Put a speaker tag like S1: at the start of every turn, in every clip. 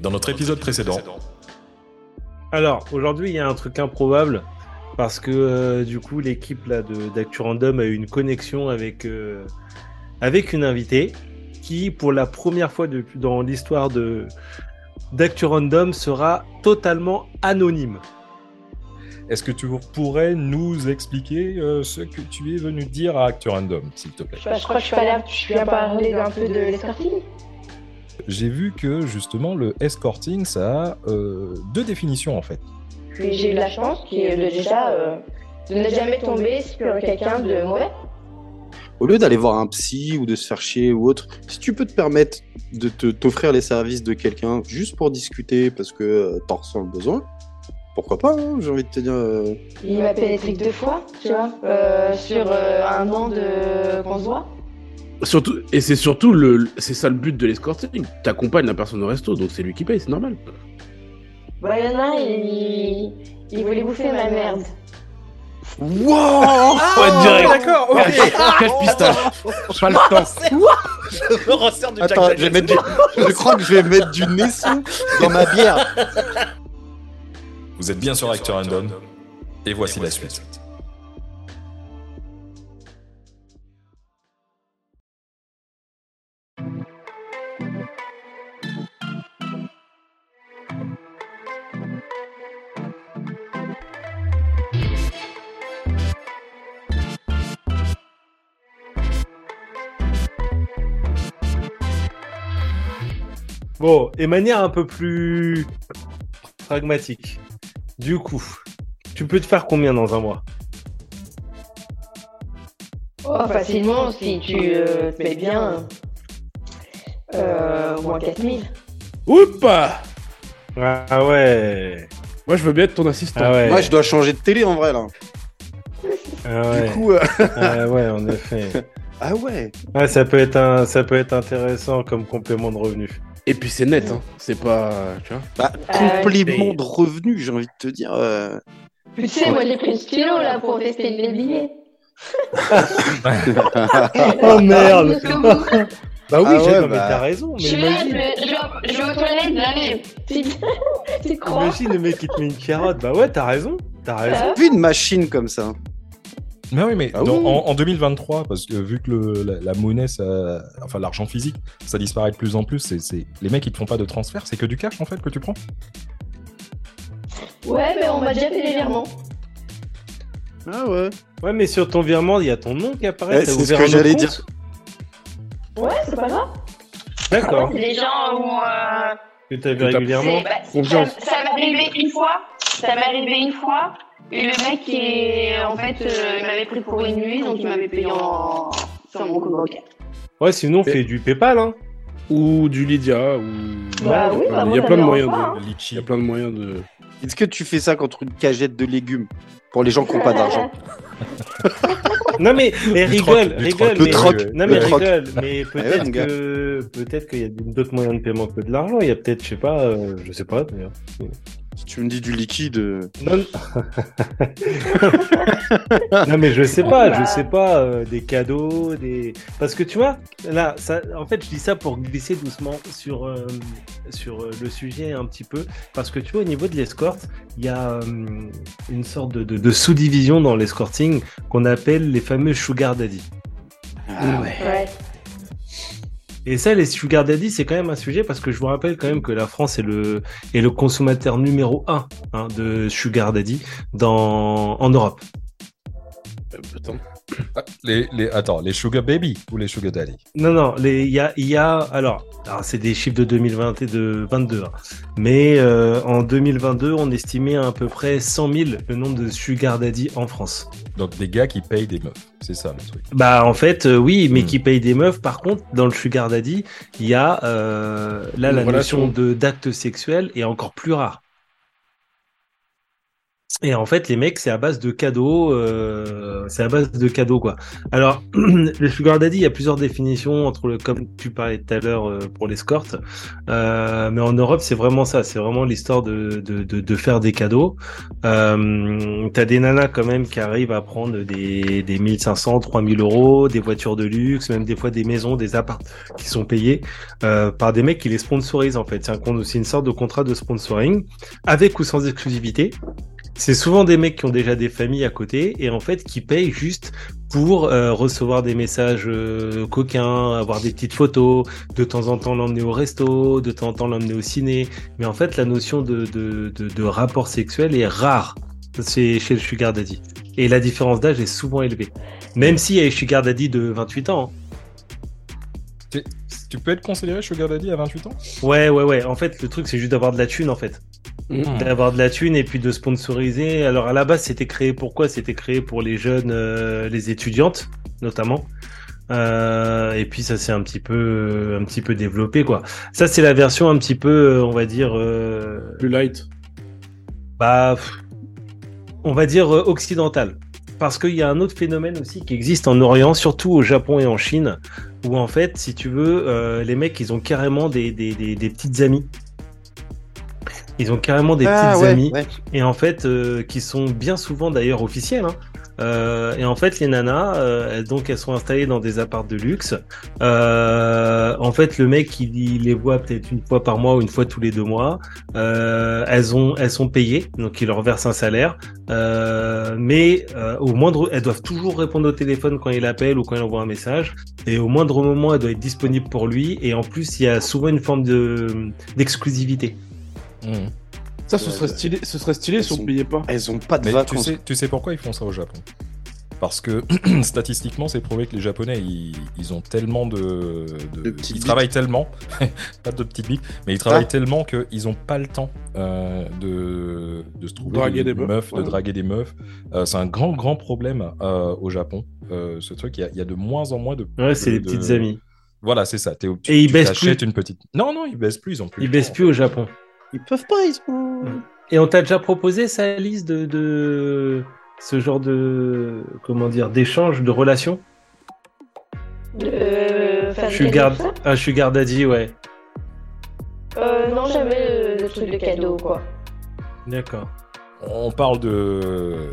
S1: Dans notre épisode précédent,
S2: Alors, aujourd'hui, il y a un truc improbable parce que euh, du coup, l'équipe là de d'Actu Random a eu une connexion avec euh, avec une invitée qui, pour la première fois depuis dans l'histoire de d'Actu Random, sera totalement anonyme.
S1: est-ce que tu pourrais nous expliquer euh, ce que tu es venu dire à Actu Random, s'il te plaît
S3: Bah, je crois que je suis pas là, je viens parler un peu de l'escartille.
S1: J'ai vu que justement le escorting, ça a euh, deux définitions en fait.
S3: Puis j'ai eu la chance qui est de déjà euh, de ne jamais tomber sur quelqu'un de mauvais.
S4: Au lieu d'aller voir un psy ou de se faire chier ou autre, si tu peux te permettre de te- t'offrir les services de quelqu'un juste pour discuter parce que euh, t'en ressens le besoin, pourquoi pas, hein, j'ai envie de te dire. euh,
S3: Il m'a pénétré que deux fois, tu vois, euh, sur euh, un an de qu'on se voit.
S5: Surtout, et c'est surtout le, c'est ça le but de l'escorting. T'accompagnes la personne au resto, donc c'est lui qui paye, c'est normal.
S3: Bah, il y en a, un, il, il voulait bouffer ma merde.
S4: Wow
S1: D'accord,
S5: Cache pistache. Pas le temps.
S4: Attends, je, vais mettre du- je crois que je vais mettre du Nessun dans ma bière.
S1: Vous êtes bien sur Actu Random, et voici la suite.
S2: Bon, et manière un peu plus pragmatique. Du coup, tu peux te faire combien dans un mois
S3: Oh, facilement, si tu euh, te mets bien. Euh, moins 4000.
S5: Oupa
S2: Ah ouais.
S5: Moi, je veux bien être ton assistant.
S2: Ah ouais.
S4: Moi, je dois changer de télé en vrai là.
S2: Ah ouais.
S4: Du coup, euh,
S2: Ah ouais, en effet.
S4: ah ouais.
S2: Ouais, ça peut être un, ça peut être intéressant comme complément de revenu.
S5: Et puis c'est net, hein. C'est pas, tu vois.
S4: Bah,
S3: Ah,
S4: complément
S5: mais-
S4: de revenu, j'ai envie de te dire. euh,
S3: Tu sais, moi j'ai pris le stylo là pour tester les billets. Ah,
S2: Oh merde.
S3: Jusqu'au bout.
S2: Bah oui,
S4: Ah
S2: j'ai-
S4: ouais,
S2: non, mais
S4: bah.
S2: t'as raison. Mais
S3: Je suis là, je
S2: imagine,
S3: vais, je vais- je vais aux toilettes, là, mais tu, tu crois
S2: imagine le mec qui te met une carotte. Bah ouais, t'as raison. T'as raison.
S3: ça
S4: Vu une machine comme ça.
S1: Bah oui, mais
S4: Ah
S1: dans-
S4: oui.
S1: En, en 2023, parce que vu que le- la, la monnaie, ça- enfin l'argent physique, ça disparaît de plus en plus, c'est- c'est- les mecs ils te font pas de transfert, c'est que du cash en fait que tu prends
S3: Ouais, mais on m'a déjà fait les virements.
S4: Ah ouais.
S2: Ouais, mais sur ton virement, il y a ton nom qui apparaît.
S4: Ouais,
S2: t'as
S4: c'est ce
S2: ouvert
S4: que
S2: un autre
S4: j'allais
S2: compte
S4: dire.
S3: Euh, Ouais, c'est pas grave.
S2: D'accord.
S3: Les gens où. euh,
S2: Que t'as vu
S5: Que t'as-
S2: régulièrement.
S3: c'est- bah,
S5: Confiance.
S3: Ça, ça m'est arrivé une fois. Ça m'est arrivé une fois. Et le mec, il est- en fait, euh, il m'avait pris pour une nuit, donc il m'avait payé en. sur mon compte bancaire.
S2: Ouais, sinon on fait du PayPal. Hein.
S5: Ou du Lydia, ou.
S3: Bah
S5: il y a
S3: oui,
S5: plein,
S3: bah
S5: de-
S3: moi,
S5: il y a
S3: ça
S5: plein de
S3: me
S5: moyens
S3: dérange pas,
S5: de. Il y
S1: Litchi.
S5: a plein de moyens de.
S4: Est-ce que tu fais ça contre une cagette de légumes pour les gens qui n'ont pas d'argent
S2: Non mais, mais
S1: Du
S2: rigole,
S1: troc, du troc,
S2: rigole. mais-
S4: Le
S2: euh,
S4: troc.
S2: Non mais
S4: Le troc.
S2: rigole, mais
S4: ouais,
S2: peut-être
S4: mon gars.
S2: que peut-être qu'il y a d'autres moyens de paiement que de l'argent. Il y a peut-être, je sais pas, euh, je sais pas d'ailleurs.
S4: Si tu me dis du liquide. euh,
S2: Non... Non, mais je sais pas, je
S3: Bah.
S2: sais pas, euh, des cadeaux, des... Parce que tu vois, là, ça, en fait, je dis ça pour glisser doucement sur, euh, sur euh, le sujet un petit peu, parce que tu vois, au niveau de l'escorte, il y a euh, une sorte de, de- de sous-division dans l'escorting qu'on appelle les fameux sugar daddy. Mmh.
S4: Ah ouais.
S3: Ouais.
S2: Et ça, les sugar daddy, c'est quand même un sujet parce que je vous rappelle quand même que la France est le, est le consommateur numéro un hein, de sugar daddy dans, en Europe.
S5: Euh, putain.
S1: Ah, les, les- attends, les Sugar Baby ou les Sugar Daddy
S2: Non, non, les- il y a, il y a- alors, alors, c'est des chiffres de 2020 et de 22, hein. mais euh, en 2022, on estimait à, à peu près 100 000 le nombre de sugar daddy en France.
S1: Donc des gars qui payent des meufs, c'est ça le truc.
S2: Bah, en fait, euh, oui, mais
S1: Hmm.
S2: qui payent des meufs. Par contre, dans le sugar daddy, il y a euh, là
S5: Une
S2: la
S5: relation.
S2: notion de d'acte sexuel est encore plus rare. Et en fait, les mecs, c'est à base de cadeaux. euh, c'est à base de cadeaux, quoi. Alors, le sugar daddy, il y a plusieurs définitions entre le, comme tu parlais tout à l'heure euh, pour l'escorte. Euh, mais en Europe, c'est vraiment ça. C'est vraiment l'histoire de, de, de, de faire des cadeaux. Euh, T'as des nanas quand même qui arrivent à prendre des, des 1500, 3000 euros, des voitures de luxe, même des fois des maisons, des apparts qui sont payés euh, par des mecs qui les sponsorisent, en fait. C'est un con- c'est une sorte de contrat de sponsoring avec ou sans exclusivité. C'est souvent des mecs qui ont déjà des familles à côté et en fait qui payent juste pour euh, recevoir des messages euh, coquins, avoir des petites photos, de temps en temps l'emmener au resto, de temps en temps l'emmener au ciné. Mais en fait, la notion de, de, de, de rapport sexuel est rare chez, chez le Sugar Daddy. Et la différence d'âge est souvent élevée. Même s'il y a les Sugar Daddy de 28 ans. hein.
S1: Tu- Tu peux être considéré Sugar Daddy à 28 ans
S2: Ouais, ouais, ouais. En fait, le truc, c'est juste d'avoir de la thune, en fait.
S1: Mm.
S2: d'avoir de la thune et puis de sponsoriser. Alors à la base, c'était créé pourquoi C'était créé pour les jeunes, euh, les étudiantes notamment. Euh, et puis ça s'est un petit peu, un petit peu développé quoi. Ça c'est la version un petit peu, euh, on va dire, euh,
S5: Plus light.
S2: bah, pff, on va dire euh, occidental. Parce qu'il y a un autre phénomène aussi qui existe en Orient, surtout au Japon et en Chine, où en fait, si tu veux, euh, les mecs, ils ont carrément des, des, des, des petites amies. Ils ont carrément des
S4: Ah,
S2: petites amies et en fait euh, qui sont bien souvent d'ailleurs officielles. hein. Euh, et en fait, les nanas, euh, elles, donc elles sont installées dans des apparts de luxe. Euh, en fait, le mec, il, il les voit peut-être une fois par mois ou une fois tous les deux mois. Euh, elles ont, elles sont payées, donc il leur verse un salaire. Euh, mais euh, au moindre, elles doivent toujours répondre au téléphone quand il appelle ou quand il envoie un message. Et au moindre moment, elle doit être disponible pour lui. Et en plus, il y a souvent une forme de d'exclusivité.
S5: Ça, ce
S4: Ouais,
S5: serait
S4: ouais.
S5: stylé, ce serait stylé si
S4: Elles
S5: on
S4: sont-
S5: payait pas.
S4: Elles Ah, ont pas de
S1: Mais tu
S4: vacances.
S1: sais, tu sais pourquoi ils font ça au Japon Parce que statistiquement, c'est prouvé que les Japonais, ils, ils ont tellement de. de-
S4: De petites
S1: ils
S4: bites.
S1: travaillent tellement. pas de petites bites, mais ils travaillent
S4: Ah.
S1: tellement qu'ils n'ont pas le temps euh, de, de se trouver
S5: Draguer des meufs,
S1: meufs, de
S5: ouais.
S1: draguer des meufs. Euh, c'est un grand, grand problème euh, au Japon. Euh, ce truc, il y a- il y, a de moins en moins de.
S2: Ouais, c'est
S1: de-
S2: les petites
S1: de-
S2: amies.
S1: Voilà, c'est ça. T'es, au- tu,
S2: Et ils
S1: tu
S2: baissent
S1: t'achètes une petite. Non, non, ils baissent plus. Ils ont plus.
S2: Ils
S1: le
S2: baissent
S1: temps.
S2: plus au Japon.
S4: Ils peuvent pas, ils sont.
S2: Et on t'a déjà proposé ça, Alice, de, de ce genre de comment dire d'échange, de relation
S3: Euh, faire des
S2: Sugar,
S3: cadeaux,
S2: un sugar daddy, ouais.
S3: ça euh, Non, jamais le, le truc de cadeau, quoi.
S2: D'accord.
S1: On parle de.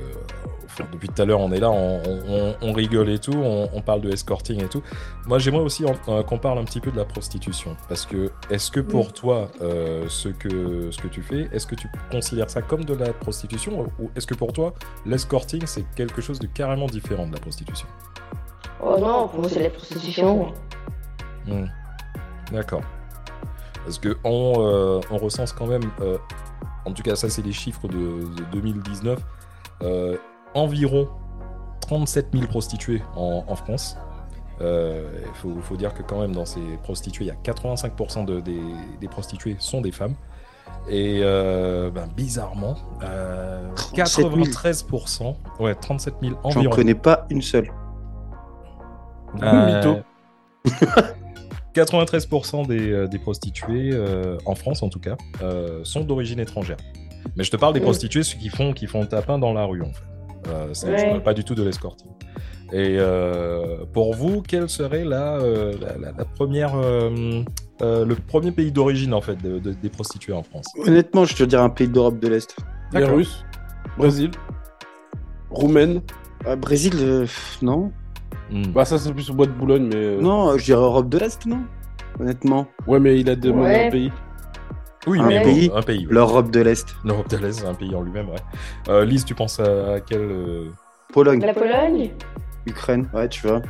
S1: Enfin, depuis tout à l'heure, on est là, on, on- on rigole et tout, on, on parle de escorting et tout. Moi, j'aimerais aussi en- euh, qu'on parle un petit peu de la prostitution. Parce que, est-ce que pour toi, euh, ce, que, ce que tu fais, est-ce que tu considères ça comme de la prostitution Ou est-ce que pour toi, l'escorting, c'est quelque chose de carrément différent de la prostitution
S3: Oh non, pour moi, c'est de la prostitution.
S1: Hmm. D'accord. Parce que on, euh, on recense quand même, euh, en tout cas ça c'est les chiffres de, de 2019, euh, environ 37 000 prostituées en, en France. Euh, Il faut, faut dire que quand même dans ces prostituées, il y a 85% de- des, des prostituées sont des femmes. Et euh, ben, bizarrement, euh,
S4: 37 000.
S1: 93%, ouais 37 000
S4: J'en
S1: environ.
S4: connais pas une seule.
S1: Euh,
S5: Mytho.
S1: 93% des, euh, des prostituées, euh, en France en tout cas, euh, sont d'origine étrangère. Mais je te parle des
S3: Ouais.
S1: prostituées ceux qui font, qui font le tapin dans la rue, en fait. Euh, ça ne
S3: Ouais.
S1: parle pas du tout de l'escorte. Et euh, pour vous, quelle serait la, euh, la, la- la première, euh, euh, le premier pays d'origine, en fait, de- de- des prostituées en France
S4: Honnêtement, je te dirais un pays d'Europe de l'Est.
S5: Les
S1: D'accord.
S5: Russes, Brésil, Roumaine.
S4: Ah, Brésil, euh, pff, non.
S1: Hmm.
S5: Bah, ça, c'est plus au bois de Boulogne, mais. euh,
S4: Non, euh, je dirais Europe de l'Est, non. Honnêtement,
S5: Ouais, mais il a demandé
S3: Ouais.
S5: un pays.
S1: Oui,
S4: un
S1: mais bon,
S4: pays,
S1: un pays. ouais.
S4: l'Europe de l'Est.
S1: L'Europe de l'Est, c'est un pays en lui-même, ouais. Euh, Lise, tu penses à, à quel... euh,
S4: Pologne,
S3: La Pologne
S4: Ukraine, ouais, tu vois.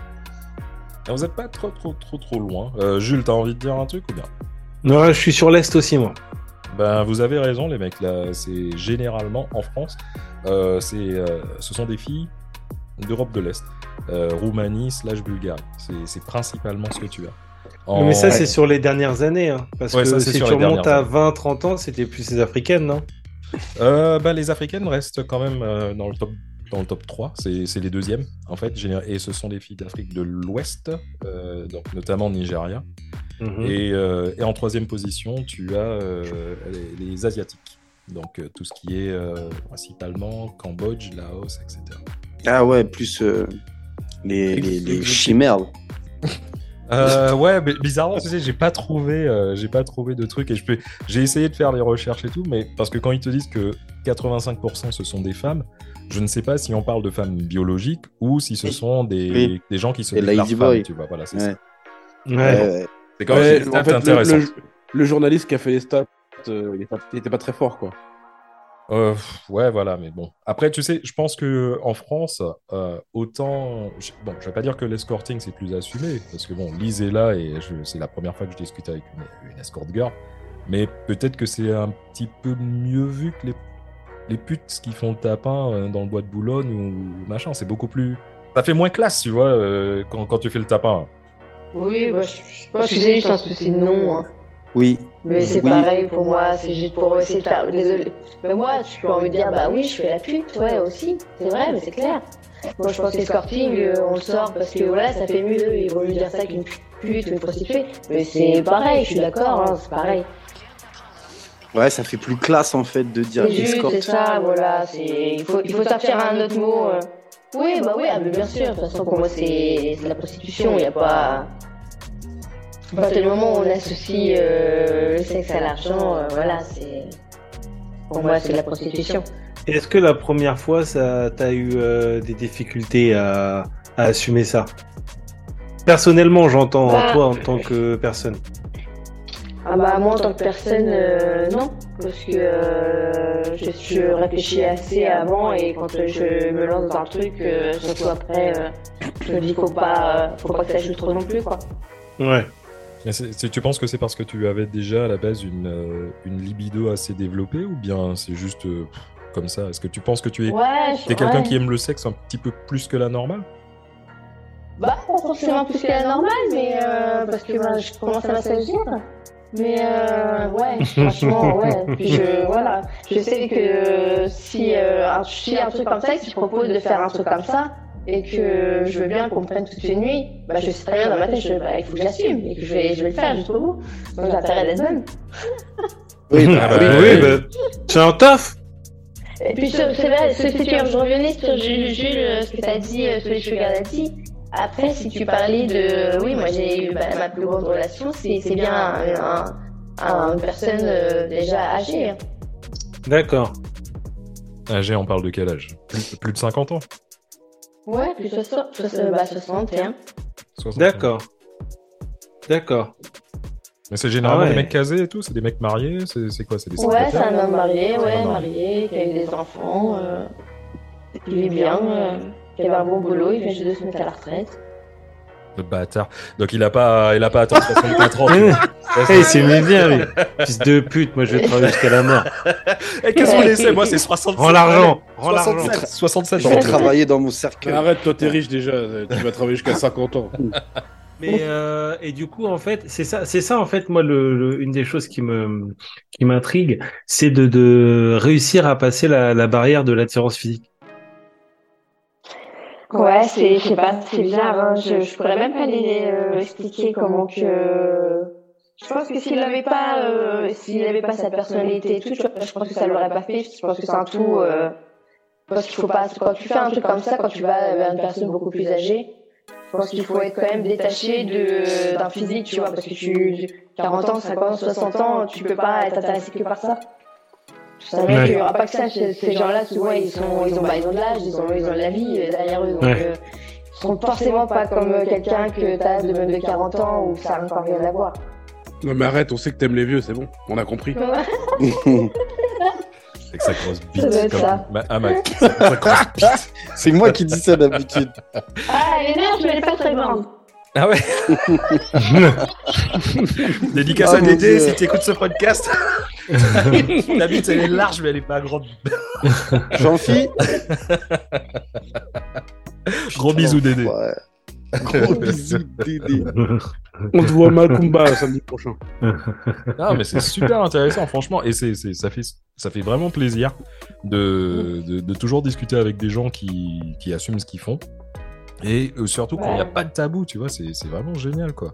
S1: Ah, Vous n'êtes pas trop, trop, trop, trop loin. Euh, Jules, t'as envie de dire un truc ou bien
S2: Non, je suis sur l'est aussi, moi.
S1: Ben, vous avez raison, les mecs. Là, c'est généralement en France, euh, c'est, euh, ce sont des filles d'Europe de l'Est, euh, Roumanie slash Bulgarie. C'est, c'est principalement ce que tu as. En-
S2: Mais ça, c'est sur les dernières années, hein, parce
S1: Oh, Ouais,
S2: que
S1: ça, c'est
S2: si
S1: sur
S2: tu
S1: les
S2: remontes
S1: dernières
S2: à 20-30 ans, c'était plus ces africaines, non
S1: Euh, ben, les africaines restent quand même euh, dans le top. Dans le top 3, c'est, c'est les deuxièmes, en fait, géné- et ce sont des filles d'Afrique de l'Ouest, euh, donc notamment Nigeria.
S2: Mhm.
S5: Mm.
S1: Et, euh, et en troisième position, tu as euh, les, les Asiatiques. Donc euh, tout ce qui est euh, principalement Cambodge, Laos, etc.
S4: Ah ouais, plus euh, les, les, les chimères.
S1: Euh, ouais, mais bizarrement, tu sais, j'ai pas trouvé, euh, j'ai pas trouvé de truc et je peux, j'ai essayé de faire les recherches et tout, mais parce que quand ils te disent que 85% ce sont des femmes, je ne sais pas si on parle de femmes biologiques ou si ce sont des,
S4: Oui.
S1: des gens qui se
S4: Des
S1: déclarent
S4: lazy
S1: femmes,
S4: boys.
S1: tu vois, voilà, c'est
S4: Ouais.
S1: ça. euh,
S2: Ouais.
S4: Ouais, ouais.
S1: C'est quand
S5: Ouais,
S1: même une
S5: en
S1: stat
S5: fait, le-
S1: intéressante.
S5: le, le journaliste qui a fait les stats, euh, il, est pas- il était pas très fort, quoi.
S1: Euh, pff, ouais, voilà, mais bon. Après, tu sais, je pense que en France, euh, autant. je- Bon, je vais pas dire que l'escorting c'est plus assumé, parce que bon, Lise est là et je- c'est la première fois que je discute avec une, une escort girl. Mais peut-être que c'est un petit peu mieux vu que les, les putes qui font le tapin euh, dans le bois de Boulogne ou machin. C'est beaucoup plus. Ça fait moins classe, tu vois, euh, quand, quand tu fais le tapin.
S3: Oui, bah, je, je sais pas, excusez, je pense que c'est non. hein.
S4: Oui,
S3: Mais c'est
S4: Oui.
S3: pareil pour moi, c'est juste pour essayer de faire. Désolé. Mais moi, je suis envie de dire, bah oui, je fais la pute, ouais, aussi. C'est vrai, mais c'est clair. Moi, je pense que l'escorting, euh, on le sort parce que voilà, ça fait mieux, il vaut mieux dire ça qu'une pute ou une prostituée. Mais c'est pareil, je suis d'accord, hein, c'est pareil.
S4: ouais, ça fait plus classe en fait de dire
S3: C'est juste,
S4: escort.
S3: c'est ça, voilà, c'est... Il, faut, il faut sortir un autre mot. euh. Oui, bah oui, ah, mais bien sûr, de toute façon, pour moi, c'est c'est de la prostitution, il n'y a pas... À partir du moment où on associe euh, le sexe à l'argent, euh, voilà, c'est... Pour moi, c'est de la prostitution.
S2: Est-ce que la première fois, ça, t'as eu euh, des difficultés à, à assumer ça Personnellement, j'entends
S3: Bah.
S2: toi en tant que personne.
S3: Ah bah moi en tant que personne, euh, non, parce que euh, je, je réfléchis assez avant et quand euh, je me lance dans le truc, euh, surtout après, euh, je me dis faut pas, euh, faut pas que ça joue trop non plus quoi.
S2: Ouais.
S1: Mais c'est- c'est- tu penses que c'est parce que tu avais déjà à la base une, euh, une libido assez développée ou bien c'est juste euh, pff, comme ça Est-ce que tu penses que tu es
S3: Ouais,
S1: T'es quelqu'un qui aime le sexe un petit peu plus que la normale
S3: Bah pas forcément plus que la normale, mais euh, parce que bah, je commence à m'assagir. Mais euh, ouais, franchement, ouais. Puis je, voilà, je sais que euh, si, euh, un, si un truc comme ça, si je propose de faire un truc comme ça, et que je veux bien qu'on prenne toute une nuit, bah je sais très bien dans ma tête, je, bah, il faut que j'assume, et que je vais, je vais le faire jusqu'au bout. Donc j'ai intérêt d'être bonne.
S4: Oui, bah,
S1: Ah bah,
S4: oui.
S1: ouais.
S2: oui, bah, c'est un taf
S3: Et puis, sur- c'est vrai, ce que tu, je revenais sur Jules, Jules, euh, ce que tu as dit euh, sur les sugar daddy. Après, si tu parlais de. Oui, moi, j'ai eu bah, ma plus grande relation, c'est c'est bien un- un- une personne euh, déjà âgée. hein.
S2: D'accord.
S1: Âgé, on parle de quel âge plus, plus de 50 ans
S3: Ouais, puis 60, bah, 61.
S1: 60.
S2: D'accord. D'accord.
S1: Mais c'est généralement
S2: Ah ouais.
S1: des mecs casés et tout C'est des mecs mariés C'est c'est quoi C'est des
S3: Ouais, c'est
S1: célibataires
S3: un homme marié,
S1: C'est un
S3: ouais,
S1: homme
S3: marié, qui a eu des enfants. euh, il est bien, euh, qui avait un bon boulot, il vient juste de se mettre à la retraite.
S1: Le bâtard. Donc il a pas, il a pas attendu 64 ans. tu vois.
S2: Hey, c'est mes bien, lui. Fils de pute, moi, je vais travailler jusqu'à la mort.
S1: Eh, Qu'est-ce que vous laissez Moi, c'est 67
S2: Rends l'argent.
S3: Oh,
S2: Rends l'argent.
S1: 67, 67
S4: Je
S1: ans.
S4: vais travailler dans mon
S5: Mais
S4: cercle.
S5: arrête, toi t'es riche déjà, euh, tu vas travailler jusqu'à 50 ans.
S2: Mais euh, et du coup en fait c'est ça c'est ça en fait moi le, le- une des choses qui me qui m'intrigue c'est de, de réussir à passer la, la barrière de l'attirance physique.
S3: Ouais, c'est, je sais pas, c'est bizarre. hein. Je, je pourrais même pas les euh, expliquer comment que. Je pense que s'il n'avait pas, euh, s'il n'avait pas sa personnalité et tout, je, je pense que ça l'aurait pas fait. Je pense que c'est un tout. euh, parce qu'il faut pas, quand tu fais un truc comme ça, quand tu vas vers une personne beaucoup plus âgée, je pense qu'il faut être quand même détaché de d'un physique, tu vois, parce que tu 40 ans, 50 ans, 60 ans, tu peux pas être intéressé que par ça. Tu savais
S2: Ouais.
S3: qu'il y aura pas que ça. Ces ces gens-là, souvent, ils sont, ils ont, bah, ils ont de l'âge, ils ont, ils ont de la vie euh, derrière eux. Donc,
S2: Ouais.
S3: euh, ils sont forcément pas comme euh, quelqu'un que t'as de, de 40 ans ou ça a encore rien à voir.
S5: Non mais arrête, on sait que t'aimes les vieux, c'est bon, on a compris.
S1: Avec sa grosse bite.
S3: Ça doit être
S1: comme
S3: ça.
S1: ma- ah, ma- sa grosse bite.
S4: C'est moi qui dis ça d'habitude.
S3: Ah, les nerfs, je ne pas très grande.
S1: Ah ouais Dédicace
S4: Oh
S1: à
S4: mon
S1: Dédé,
S4: Dieu.
S1: si t'écoutes ce podcast. La bite, elle est large, mais elle est pas grande.
S4: Jean-Phi
S1: Gros bisous, Dédé.
S4: Ouais. Gros bisous, Dédé.
S5: On te voit mal combat samedi prochain.
S1: Non, mais c'est super intéressant, franchement. Et c'est, c'est- ça, fait, ça fait vraiment plaisir de, de, de toujours discuter avec des gens qui, qui assument ce qu'ils font. Et euh, surtout quand il n'y a
S3: Ouais.
S1: pas de tabou, tu vois, c'est, c'est vraiment génial, quoi.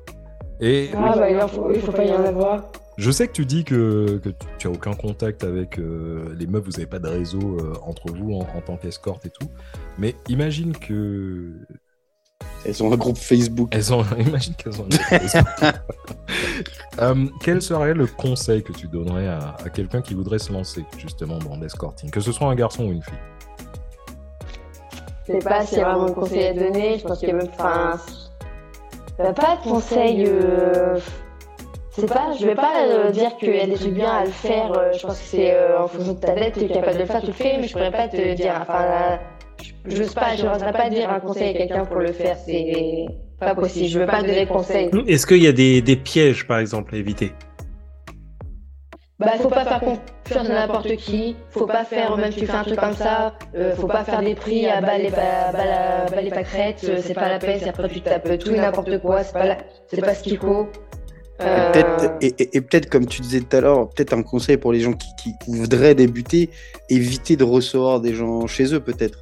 S1: Et
S3: Ah, bah, il en faut, il faut pas y en avoir.
S1: Je sais que tu dis que, que tu- tu as aucun contact avec euh, les meufs, vous n'avez pas de réseau euh, entre vous en, en tant qu'escorte et tout. Mais imagine que
S4: Elles ont un groupe Facebook.
S1: elles ont, imagine qu'elles ont. un réseau. Euh, quel serait le conseil que tu donnerais à, à quelqu'un qui voudrait se lancer justement dans l'escorting, que ce soit un garçon ou une fille
S3: Je sais pas s'il y a vraiment de conseil à donner. Je pense qu'il y a même. Enfin. il y a pas de conseil. euh, C'est pas, je vais pas euh, dire qu'il y a des trucs bien à le faire. euh, Je pense que c'est euh, en fonction de ta tête, tu es capable de le faire, tu le fais, mais je pourrais pas te dire. Enfin, là, je n'ose pas, je n'oserais pas dire un conseil à quelqu'un pour le faire. C'est pas possible. Je veux pas donner de conseil.
S2: Est-ce qu'il y a des, des pièges, par exemple, à éviter
S3: Bah, faut pas faire confiance à n'importe qui. Faut pas faire, même si tu fais un truc comme ça, euh, faut pas faire des prix à bas les, bas, bas la- bas les pâquerettes. euh, c'est pas la peine. c'est Après, tu tapes tout et n'importe quoi. C'est pas, la- c'est pas ce qu'il faut. Euh,
S4: Peut-être, et, et- et peut-être, comme tu disais tout à l'heure, peut-être un conseil pour les gens qui, qui voudraient débuter, éviter de recevoir des gens chez eux, peut-être,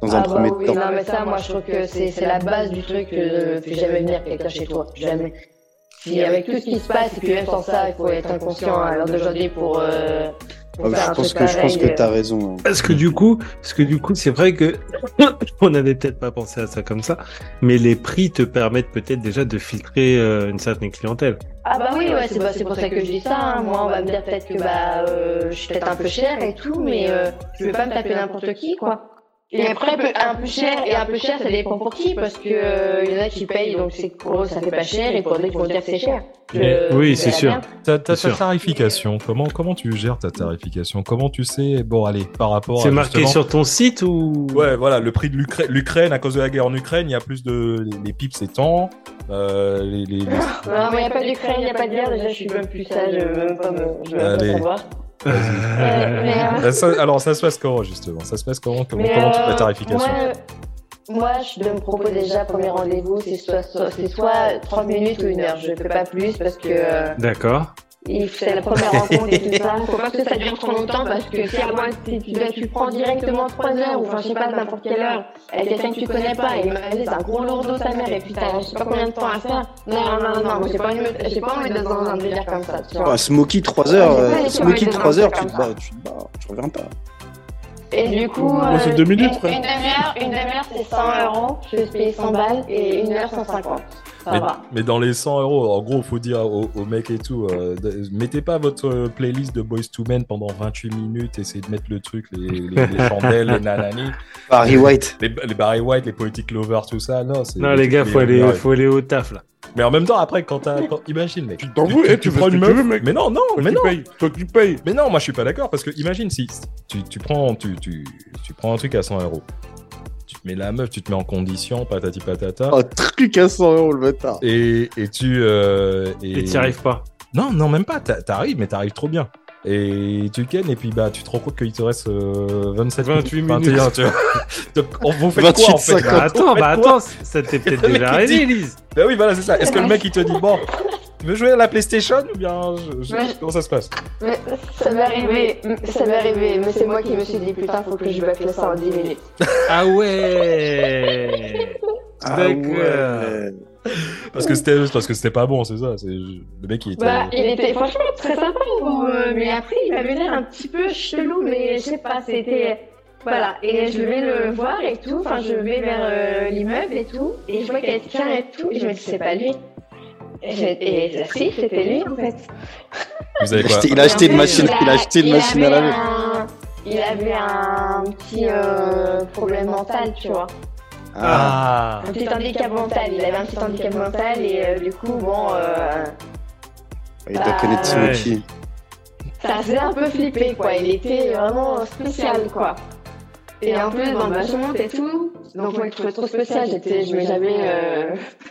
S4: dans un
S3: ah bah
S4: premier
S3: oui,
S4: temps.
S3: non, mais ça, moi, je trouve que c'est c'est la base du truc. euh, fais jamais venir quelqu'un chez toi. Jamais. Si avec tout ce qui se passe, et puis même sans ça, il faut être inconscient hein, à l'heure d'aujourd'hui pour. euh, pour
S4: Ah bah,
S3: faire
S4: je,
S3: un
S4: pense
S3: truc
S4: que, je pense
S3: pareil,
S4: que
S3: euh.
S4: t'as raison. hein.
S2: Parce que du coup, parce que du coup, c'est vrai que on n'avait peut-être pas pensé à ça comme ça, mais les prix te permettent peut-être déjà de filtrer euh, une certaine clientèle.
S3: Ah bah oui, ouais, c'est bah, c'est pour ça que je dis ça. hein. Moi, on va me dire peut-être que bah, euh, je suis peut-être un peu cher et tout, mais euh, je vais pas me taper n'importe qui, quoi. Et après, peu- un peu cher et un peu cher, ça dépend pour qui, parce que euh, il y en a qui payent, donc c'est que pour eux ça fait pas cher, et pour d'autres qui vont dire que c'est cher.
S1: Mais-
S3: Je-
S2: Oui,
S3: c'est
S2: c'est
S3: Euh, la
S2: sûr.
S3: merde.
S1: Ta, ta-
S2: C'est
S1: ta
S2: sûr.
S1: tarification, comment, comment tu gères ta tarification Comment tu sais, bon allez, par rapport
S2: C'est
S1: à
S2: marqué
S1: justement-
S2: sur ton site ou
S1: Ouais, voilà, le prix de l'Ukraine, l'Ukraine, à cause de la guerre en Ukraine, il y a plus de... Les, les pipes s'étendent, euh, les... les- les-
S3: Non, mais y a pas d'Ukraine, y a pas de guerre, déjà je suis même plus sage, je veux même pas me je veux même pas
S1: Allez.
S3: savoir.
S2: Euh,
S3: mais, euh,
S1: Euh, ça- alors, ça se passe comment, justement Ça se passe comment Comment,
S3: Mais,
S1: comment tu fais
S3: euh,
S1: la tarification
S3: moi, moi, je dois me proposer déjà premier rendez-vous, c'est soit, soit- c'est soit 30 minutes ou une heure. Je ne fais pas plus parce que euh,
S2: D'accord.
S3: il- c'est la première rencontre et tout ça. Faut pas que ça dure trop longtemps parce que si, à moins, si tu, dois- tu prends directement 3 heures ou enfin, je sais pas, n'importe quelle heure, avec quelqu'un que tu connais pas, et imagine, c'est un gros lourdeau ta mère et puis t'as je sais pas combien de temps à faire. Non, non, non, non, moi, j'ai pas envie de me- j'ai pas envie d'être dans un délire comme ça, tu vois.
S4: Ah, Smokey, 3 heures,
S3: Ouais,
S4: euh,
S3: ouais, ouais,
S4: Smokey,
S3: ouais,
S4: 3
S3: ouais,
S4: heures,
S3: ouais,
S4: tu
S3: ouais,
S4: te bats, tu te bats, tu reviens pas.
S3: Et du coup,
S5: Bon, c'est
S3: euh,
S5: deux minutes,
S3: une-
S5: frère.
S3: une demi-heure, une demi-heure, c'est 100 euros. Je vais se payer 100 balles et une heure 150. Ça
S1: mais,
S3: va.
S1: mais dans les 100 euros, en gros, faut dire aux, aux mecs et tout, euh, de- mettez pas votre euh, playlist de Boys to Men pendant 28 minutes, essayez de mettre le truc, les, les, les chandelles, les nanani,
S4: Barry White.
S1: les, les Barry White, les Poetic Lovers, tout ça, non, c'est...
S2: Non les gars, faut aller,
S1: Ouais.
S2: faut aller au taf là.
S1: Mais en même temps, après, quand t'as... quand- Imagine, mec,
S5: Tu t'en veux, eh, tu fais ce que tu veux, mec.
S1: Mais non, non,
S5: Toi,
S1: mais
S5: tu
S1: non
S5: payes. Toi, tu payes.
S1: Mais non, moi je suis pas d'accord parce que imagine si tu, tu prends tu, tu, tu prends un truc à 100 euros, tu te mets la meuf, tu te mets en condition, patati patata,
S4: Oh, truc à 100 euros, le
S5: Oh.
S4: bâtard.
S1: et, et tu euh,
S2: Et t'y arrives pas.
S1: Non, non même pas. t'a- T'arrives, mais t'arrives trop bien. Et tu ken et puis bah tu te rends compte qu'il te reste euh, 27
S2: 28
S1: 21,
S2: minutes.
S1: tu vois. Donc on vous fait quoi en fait
S4: 28,50.
S1: là
S2: Bah, attends,
S1: Faites
S2: bah
S1: quoi
S2: attends, ça t'est peut-être
S1: Le mec,
S2: déjà
S1: il
S2: arrivé,
S1: dit-
S2: Elise.
S1: Bah oui, voilà, c'est ça. Est-ce que le mec il te dit bon, tu veux jouer à la PlayStation ou bien je- je- comment ça se passe
S3: Mais ça m'est arrivé, ça m'est arrivé, mais c'est moi qui me suis dit putain, faut que je bâcle ça en 10 minutes.
S2: Ah ouais.
S4: Ah ouais.
S1: Parce que c'était parce que c'était pas bon, c'est ça. C'est le mec il était.
S3: Bah, il était franchement très sympa, euh, mais après, il m'avait l'air un petit peu chelou, mais je sais pas, c'était. Voilà, et je vais le voir et tout, enfin, je vais vers euh, l'immeuble et tout, et je vois quelqu'un et tout, et je me dis, c'est pas lui. Et, j'ai- et si, c'était lui en fait.
S1: Vous avez
S4: Il a
S1: quoi
S4: acheté- il a acheté une
S3: En fait,
S4: machine, il a acheté une
S3: il
S4: machine à
S3: avait
S4: laver.
S3: un- Il avait un petit euh, problème mental, tu vois.
S4: Ah,
S3: Un petit handicap mental. Il avait un petit handicap mental et euh, du coup, bon, euh,
S4: il doit connaître
S2: Ouais.
S4: Smokey.
S3: ça faisait un peu flipper, quoi. Il était vraiment spécial, quoi. Et en plus, bon, bah, je monte et tout. Donc, moi, je trouvais trop spécial. J'étais, je me- j'avais euh,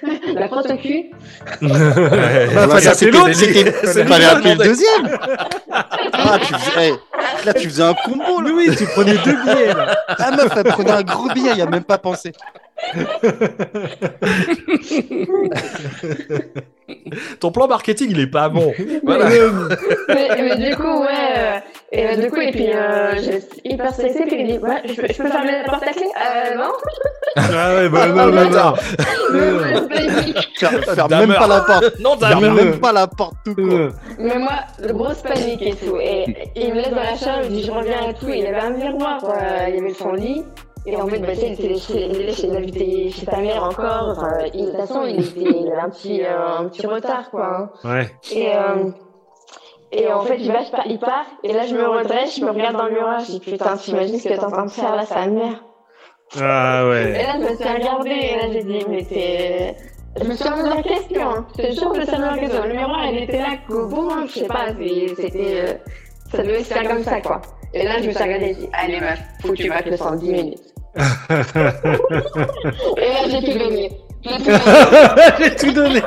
S3: la crotte au cul.
S4: Ah bah,
S2: Fabien,
S4: ça,
S2: c'est
S4: c'était-
S2: l'autre,
S4: c'était-
S2: c'est-
S4: c'est
S2: c'est
S4: fallait
S2: l'autre,
S4: appeler le
S2: mec.
S4: deuxième. Ah, tu faisais, là, tu faisais un combo, là.
S2: Oui, tu prenais deux billets là.
S4: La meuf, elle prenait un gros billet, il a même pas pensé.
S1: Ton plan marketing, il est pas bon.
S3: Mais, mais du coup, ouais. euh, Et euh, du coup, et puis euh, j'étais hyper stressée, puis il dit Ouais, je peux, je peux fermer la porte à clé Euh, non
S2: Ah ouais, bah
S3: bah,
S2: non,
S3: non,
S2: non,
S3: non,
S2: non.
S4: Ferme, ferme
S1: Damer.
S4: même pas la porte.
S1: Non, t'as
S4: Ferme
S2: Damer.
S4: même pas la porte tout court.
S3: Mais moi, grosse panique et tout. Et il me laisse dans la chambre, je dis Je reviens et tout. Il y avait un miroir, quoi. il y avait son lit. Et en fait, bah, tu sais, il était chez, il était chez, il habitait chez ta mère encore. Enfin, il- de toute façon, il, était, il avait un petit, euh, un petit retard, quoi. hein.
S2: Ouais.
S3: Et, euh, et en fait, il, va, je pars- il part, et là, je me redresse, je me regarde dans le miroir, je dis putain, t'imagines ce que t'es en train de faire là, sa mère.
S2: Ah
S3: Et
S2: ouais.
S3: là, je me suis regardée, et là, j'ai dit, mais t'es. Je me suis remis en question, hein. je te jure, je me suis remis en question. Le miroir, il était là, qu'au bon moment, je sais pas, c'est- c'était. euh, ça devait se faire comme ça, quoi. Et là, je me suis regardée, j'ai dit, allez, meuf, faut que tu battes le 110 minutes. Et là, j'ai tout gagné. J'ai tout gagné.
S2: J'ai tout donné.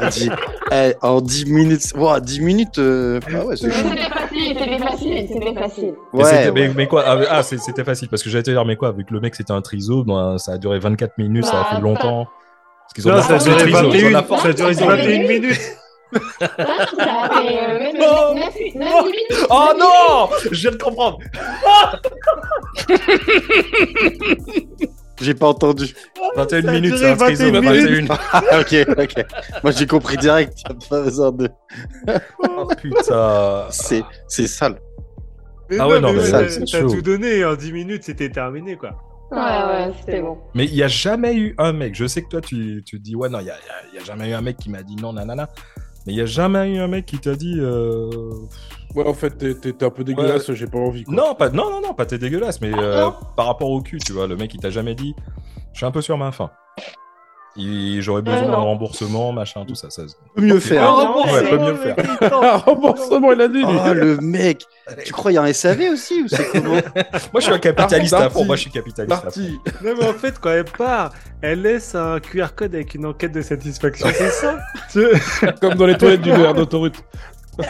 S4: Elle dit, eh, en 10 minutes. Ouah, 10 minutes. euh, Ah ouais, c'est
S3: Mais
S4: chaud.
S3: C'était facile, c'était facile, c'était facile.
S1: Mais c'était-
S4: Ouais,
S1: mais,
S4: ouais.
S1: mais quoi ah, Ah, c'est- c'était facile parce que j'allais te dire, mais quoi Vu que le mec c'était un triso, ben, ça a duré 24 minutes, ça a
S3: Bah,
S1: fait longtemps. Parce qu'ils ont
S2: Non,
S1: la
S2: ça a
S1: force, les
S2: duré
S1: trisos, ils ont la
S2: 21.
S1: force.
S2: Ça a duré 21 minutes.
S3: Ah, ça a fait, euh, même-
S1: Non.
S3: même- même- même minutes.
S1: Oh non Je viens de comprendre
S4: J'ai pas entendu.
S1: 21
S2: a
S1: minutes,
S2: duré
S1: c'est un triso,
S2: 21
S1: 21
S4: Ah, ok, ok. Moi, j'ai compris direct. y a pas besoin de.
S1: Oh, Putain
S4: C'est c'est sale.
S1: Ah ouais, non,
S4: mais
S2: t'as-
S4: ouais,
S1: c'est
S2: t'as
S1: chaud.
S2: tout donné. En 10 minutes, c'était terminé, quoi.
S3: Ouais, ouais, c'était bon.
S1: Mais il n'y a jamais eu un mec, je sais que toi tu, tu te dis, ouais, non, il n'y a, il y a- il y a jamais eu un mec qui m'a dit non, nanana. Mais il n'y a jamais eu un mec qui t'a dit. euh,
S6: Ouais, en fait, t'es- t'es t'es un peu dégueulasse, j'ai pas envie. quoi.
S1: Non, pas, non, non, non, pas t'es dégueulasse, mais euh,
S3: non.
S1: par rapport au cul, tu vois, le mec il t'a jamais dit, je suis un peu sur ma faim. Il- J'aurais besoin
S3: non.
S1: d'un remboursement, machin, tout ça. ça se-
S4: Peut mieux
S1: Un
S4: faire.
S1: remboursement,
S2: Ouais, peut
S1: mieux
S2: mieux
S1: le faire.
S6: Ah, remboursement, il a
S5: Ah,
S6: dit.
S4: Oh, le mec. Tu crois il y a un SAV aussi ou c'est comment
S1: Moi je suis un capitaliste à
S6: Parti.
S1: fond, moi je suis capitaliste à fond.
S6: Parti.
S2: Non, mais en fait, quand elle part, elle laisse un QR code avec une enquête de satisfaction. C'est ça Tu-
S6: Comme dans les toilettes du verre d'autoroute.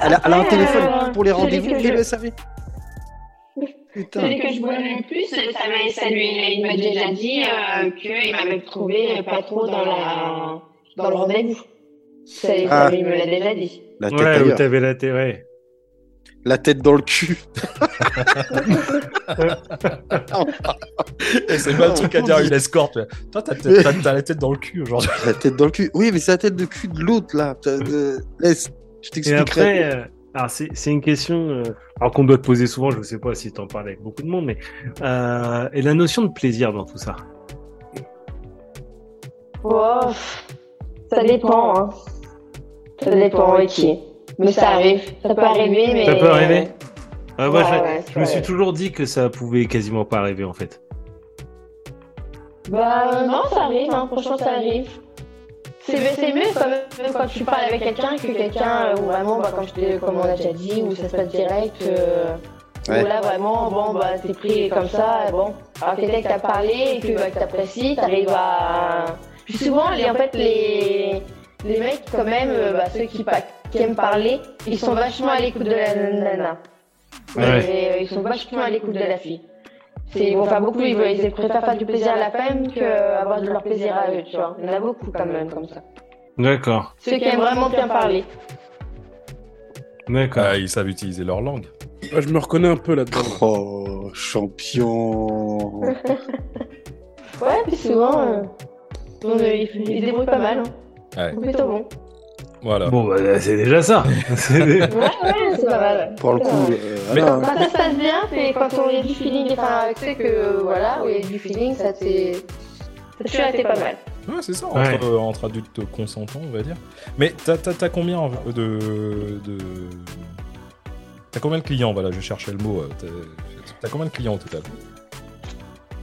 S4: elle a, elle a un
S3: Euh,
S4: téléphone pour les
S3: je dis
S4: rendez-vous
S3: que
S4: et
S3: je-
S4: le SAV. Putain.
S3: Celui que je voulais le plus, ça m'a- ça lui- il m'a déjà dit euh, qu'il m'avait trouvé pas trop dans, la, dans le rendez-vous. Ça,
S4: Ah.
S3: ça, Il me l'a déjà dit.
S4: La tête,
S2: Ouais, où
S4: ailleurs.
S2: t'avais la télé. Ouais.
S4: la tête dans le cul.
S1: Et Eh, C'est pas le truc à dire à une escorte. Toi t'as t'as- t'as- t'as la tête dans le cul aujourd'hui.
S4: La tête dans le cul. Oui, mais c'est la tête de cul de l'autre là. T'as- de- Laisse, je
S2: Et
S4: t'expliquerai.
S2: après, euh, alors c'est c'est une question euh, alors qu'on doit te poser souvent. Je sais pas si t'en parles avec beaucoup de monde, mais euh, et la notion de plaisir dans tout ça.
S3: Oh, ça dépend. Hein. Ça dépend, ok. Mais ça arrive. Ça peut arriver, mais.
S2: Ça peut arriver. Ah, moi,
S3: Ouais,
S2: je-
S3: ouais,
S2: je,
S3: ça
S2: me suis
S3: arrive.
S2: toujours dit que ça pouvait quasiment pas arriver en fait.
S3: Bah non, ça arrive, hein. franchement ça arrive. C'est c'est mieux quand même, même quand tu parles avec quelqu'un que quelqu'un euh, où vraiment, bah, comme, je t'ai- comme on a déjà dit, où ça se passe direct. euh,
S4: Ouais.
S3: Où là vraiment, bon, bah t'es pris comme ça, et bon. Alors que dès que t'as parlé et que, bah, que t'apprécies, t'arrives à. Puis souvent, les, en fait, les, les mecs, quand même, euh, bah, ceux qui, pa- qui aiment parler, ils sont vachement à l'écoute de la nana.
S2: Ouais.
S3: Et, euh, ils sont vachement à l'écoute de la fille. C'est- Ils vont faire beaucoup, ils, veulent- ils préfèrent faire du plaisir à la femme qu'avoir de leur plaisir à eux, tu vois. Il y en a beaucoup quand même comme ça.
S2: D'accord,
S3: Ceux qui aiment vraiment bien parler.
S2: d'accord.
S1: Ah, ils savent utiliser leur langue.
S6: Moi, je me reconnais un peu là-dedans.
S4: Oh, champion.
S3: Ouais, puis souvent, euh, on- euh, ils, ils se débrouillent pas mal. Hein.
S1: Ouais.
S3: Ils sont Plutôt bon.
S1: Voilà.
S2: Bon, bah, c'est déjà ça. C'est dé-
S3: Ouais, ouais, c'est pas mal.
S4: Pour le coup.
S3: Ouais.
S4: euh, voilà.
S3: Quand ça se passe bien, c'est quand on y a du feeling, enfin, tu sais que euh, voilà, où il y a du feeling, ça t'est. Tu as été pas mal.
S1: Ouais, c'est ça, entre,
S2: Ouais.
S1: euh, entre adultes consentants, on va dire. Mais t'as, t'as- t'as combien en- de. de... T'as combien de clients Voilà, je cherchais le mot. euh, T'as, t'as combien de clients au total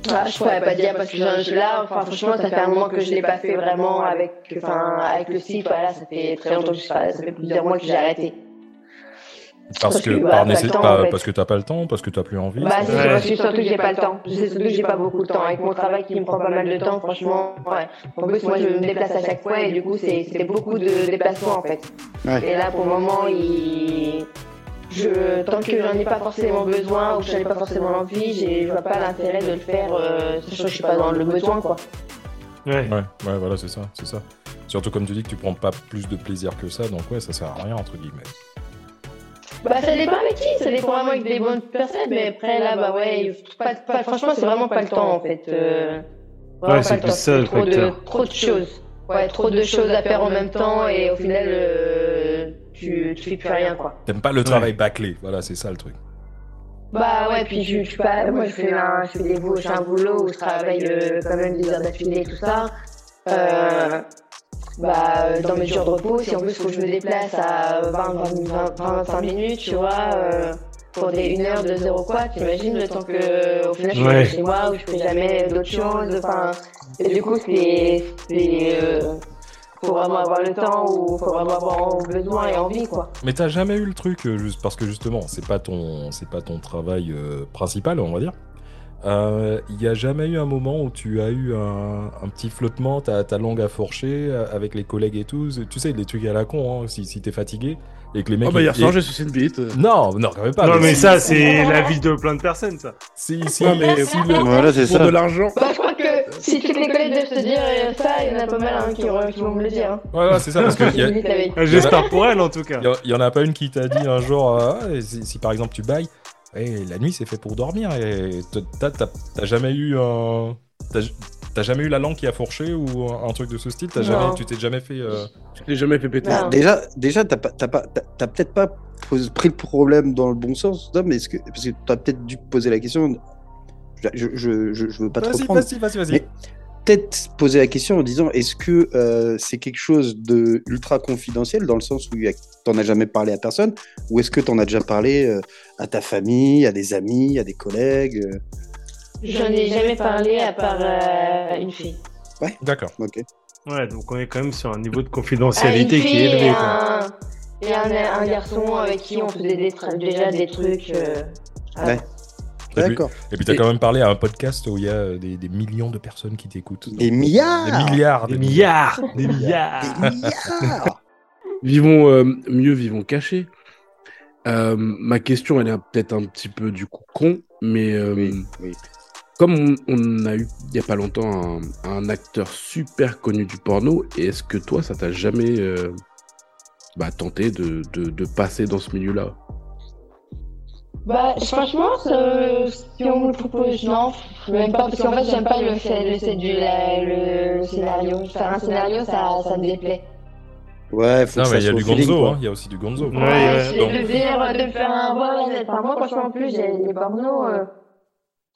S3: Ah, je pourrais pas dire parce que j'en- je- là, enfin, franchement, ça fait un moment que je l'ai pas fait vraiment avec, enfin, avec le site. Voilà, ça fait très longtemps que je fais, ça fait plusieurs mois que j'ai arrêté.
S1: Parce que,
S3: que, bah,
S1: par
S3: pas le
S1: nécess-
S3: temps,
S1: pas-
S3: en fait.
S1: parce que t'as pas le temps, parce que t'as plus envie.
S3: Bah,
S1: c'est-
S3: si,
S2: Ouais.
S3: parce que surtout que j'ai pas le temps. Je sais surtout que j'ai pas beaucoup de temps. Avec mon travail qui me prend pas mal de temps, franchement, ouais. En plus, moi, je me déplace à chaque fois et du coup, c'est c'était beaucoup de déplacements en fait.
S4: Ouais.
S3: Et là, pour le moment, il. Je, tant que j'en ai pas forcément besoin ou que j'en ai pas forcément envie, j'ai- je vois pas l'intérêt de le faire, euh, sachant que je suis pas dans le besoin, quoi.
S2: Ouais.
S1: Ouais, ouais, voilà, c'est ça, c'est ça. Surtout comme tu dis que tu prends pas plus de plaisir que ça, donc ouais, ça sert à rien, entre guillemets.
S3: Bah, ça dépend avec qui, ça dépend vraiment avec des bonnes personnes, mais après, là, bah ouais, pas, pas- franchement, c'est vraiment pas le temps, en fait. euh, vraiment
S2: Ouais,
S3: pas
S2: c'est
S3: le temps,
S2: plus ça,
S3: c'est
S2: le
S3: trop de,
S2: facteur.
S3: trop de choses. Ouais, trop de choses à faire en même temps, et au final, euh, tu, tu fais plus rien, quoi.
S1: T'aimes pas le travail bâclé. Voilà, c'est ça le truc.
S3: Bah ouais, puis je, je suis pas, moi je fais, un, je fais des boulots, j'ai un boulot où je travaille euh, quand même des heures d'affilée et tout ça. Euh, bah, euh, dans mes jours de repos, si en plus faut que je me déplace à 20, 20, 20, 25 minutes, tu vois, euh, pour des 1 heure, 2 heures ou quoi, t'imagines le temps que euh, au final je suis
S2: Ouais.
S3: chez moi ou je fais jamais d'autres choses. Enfin, et du coup, c'est. c'est, euh, faut vraiment avoir le temps ou faut vraiment avoir besoin et envie, quoi.
S1: Mais t'as jamais eu le truc, euh, juste parce que justement, c'est pas ton, c'est pas ton travail euh, principal, on va dire. Euh, Il y a jamais eu un moment où tu as eu un, un petit flottement, ta, ta langue à fourcher euh, avec les collègues et tout. Tu sais, des trucs à la con, hein, si, si t'es fatigué et que les mecs.
S5: Oh
S2: Ah
S5: bah hier
S1: ils-
S5: soir
S1: et-
S5: j'ai sucé une bite.
S1: Non, non, quand même pas.
S2: non, mais
S1: si-
S2: ça, c'est la vie de plein de personnes, ça.
S1: Si, si,
S6: Non, mais-
S1: si le-
S4: Voilà, c'est
S6: Pour
S4: ça.
S6: de l'argent.
S3: Bah, je crois que si toutes les collègues doivent te dire euh, ça, il y en a pas mal hein, qui, auraient- qui vont me le dire. hein.
S1: Ouais, ouais, c'est ça, parce qu'il y, a-
S3: Limite avec-
S2: Euh, J'espère pour elle, en tout cas.
S1: y a- y en a pas une qui t'a dit un jour, euh, Ah, si, si par exemple tu bailles, eh, la nuit c'est fait pour dormir, et te- t'as- t'as t'as jamais eu un. T'as t'as jamais eu la langue qui a fourché ou un un truc de ce style T'as
S3: Non.
S1: jamais, Tu t'es jamais fait. euh,
S5: Je l'ai jamais fait péter.
S3: Non.
S4: Déjà, déjà, t'as pas, t'as pas, t'as- t'as peut-être pas pos- pris le problème dans le bon sens, Dom, mais est-ce que, parce que t'as peut-être dû poser la question. Je, je, je, je veux pas te
S1: Vas-y,
S4: reprendre.
S1: vas-y, vas-y, vas-y.
S4: Mais- Peut-être poser la question en disant est-ce que euh, c'est quelque chose de ultra confidentiel dans le sens où y a- t'en as jamais parlé à personne, ou est-ce que t'en as déjà parlé euh, à ta famille, à des amis, à des collègues euh,
S3: J'en ai jamais parlé à part euh, une fille.
S1: D'accord.
S4: Ok.
S2: Ouais, donc on est quand même sur un niveau de
S3: Ah, une
S2: confidentialité qui
S3: fille
S2: est
S3: et
S2: élevé. quoi.
S3: un, et un, un garçon avec qui on faisait des tra- déjà des trucs. euh, avant.
S4: Ouais.
S1: Et puis-
S4: D'accord.
S1: Et puis t'as
S5: Et-
S1: quand même parlé à un podcast où il y a euh, des, des millions de personnes qui t'écoutent.
S4: Des milliards.
S1: Des milliards
S2: Des milliards Des milliards
S4: Des
S1: Ah.
S4: milliards
S5: Vivons euh, mieux, vivons cachés. Euh, ma question, elle est un- peut-être un petit peu du coup con, mais euh,
S4: Oui, oui.
S5: comme on, on a eu il y a pas longtemps un, un acteur super connu du porno, et est-ce que toi, ça t'a jamais euh, bah, tenté de, de, de passer dans ce milieu-là
S3: Bah, franchement, ce- si on me le propose, non, même pas, parce qu'en fait, j'aime pas le fait, le, fait du, la- le scénario. Faire un scénario, ça, ça me déplaît.
S4: Ouais, faut
S1: Non,
S4: que ça
S1: mais il y a
S4: soit
S1: du
S4: au feeling,
S1: Gonzo,
S4: quoi.
S1: hein, il y a aussi du Gonzo.
S2: Ouais,
S1: quoi.
S2: ouais.
S3: je vais
S1: Donc-
S3: le dire, de faire un ouais, ouais, Par moi, franchement, en plus, j'ai les pornos. euh,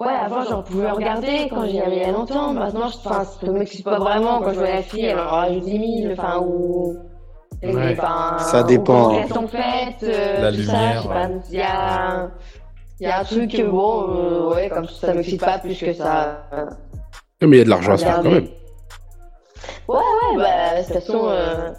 S3: Ouais, avant, j'en pouvais regarder quand j'y allais il y a longtemps. Maintenant, je... enfin, ça me m'excite pas vraiment. Quand je vois la fille, elle en rajoute 10 000. Enfin, ou. et-
S2: Ouais.
S3: enfin,
S4: Ça
S3: ou
S4: dépend. hein.
S3: quand elles sont faites, euh,
S1: La
S3: tout ça,
S1: lumière,
S3: je sais pas,
S1: ouais.
S3: Il y a. un- Il y a un truc, que, bon, euh, ouais, comme ça, ça m'excite pas plus que ça. euh,
S5: Non, Mais il y a de l'argent à se faire quand même.
S3: Regardez. Ouais, ouais, bah, de toute façon, euh,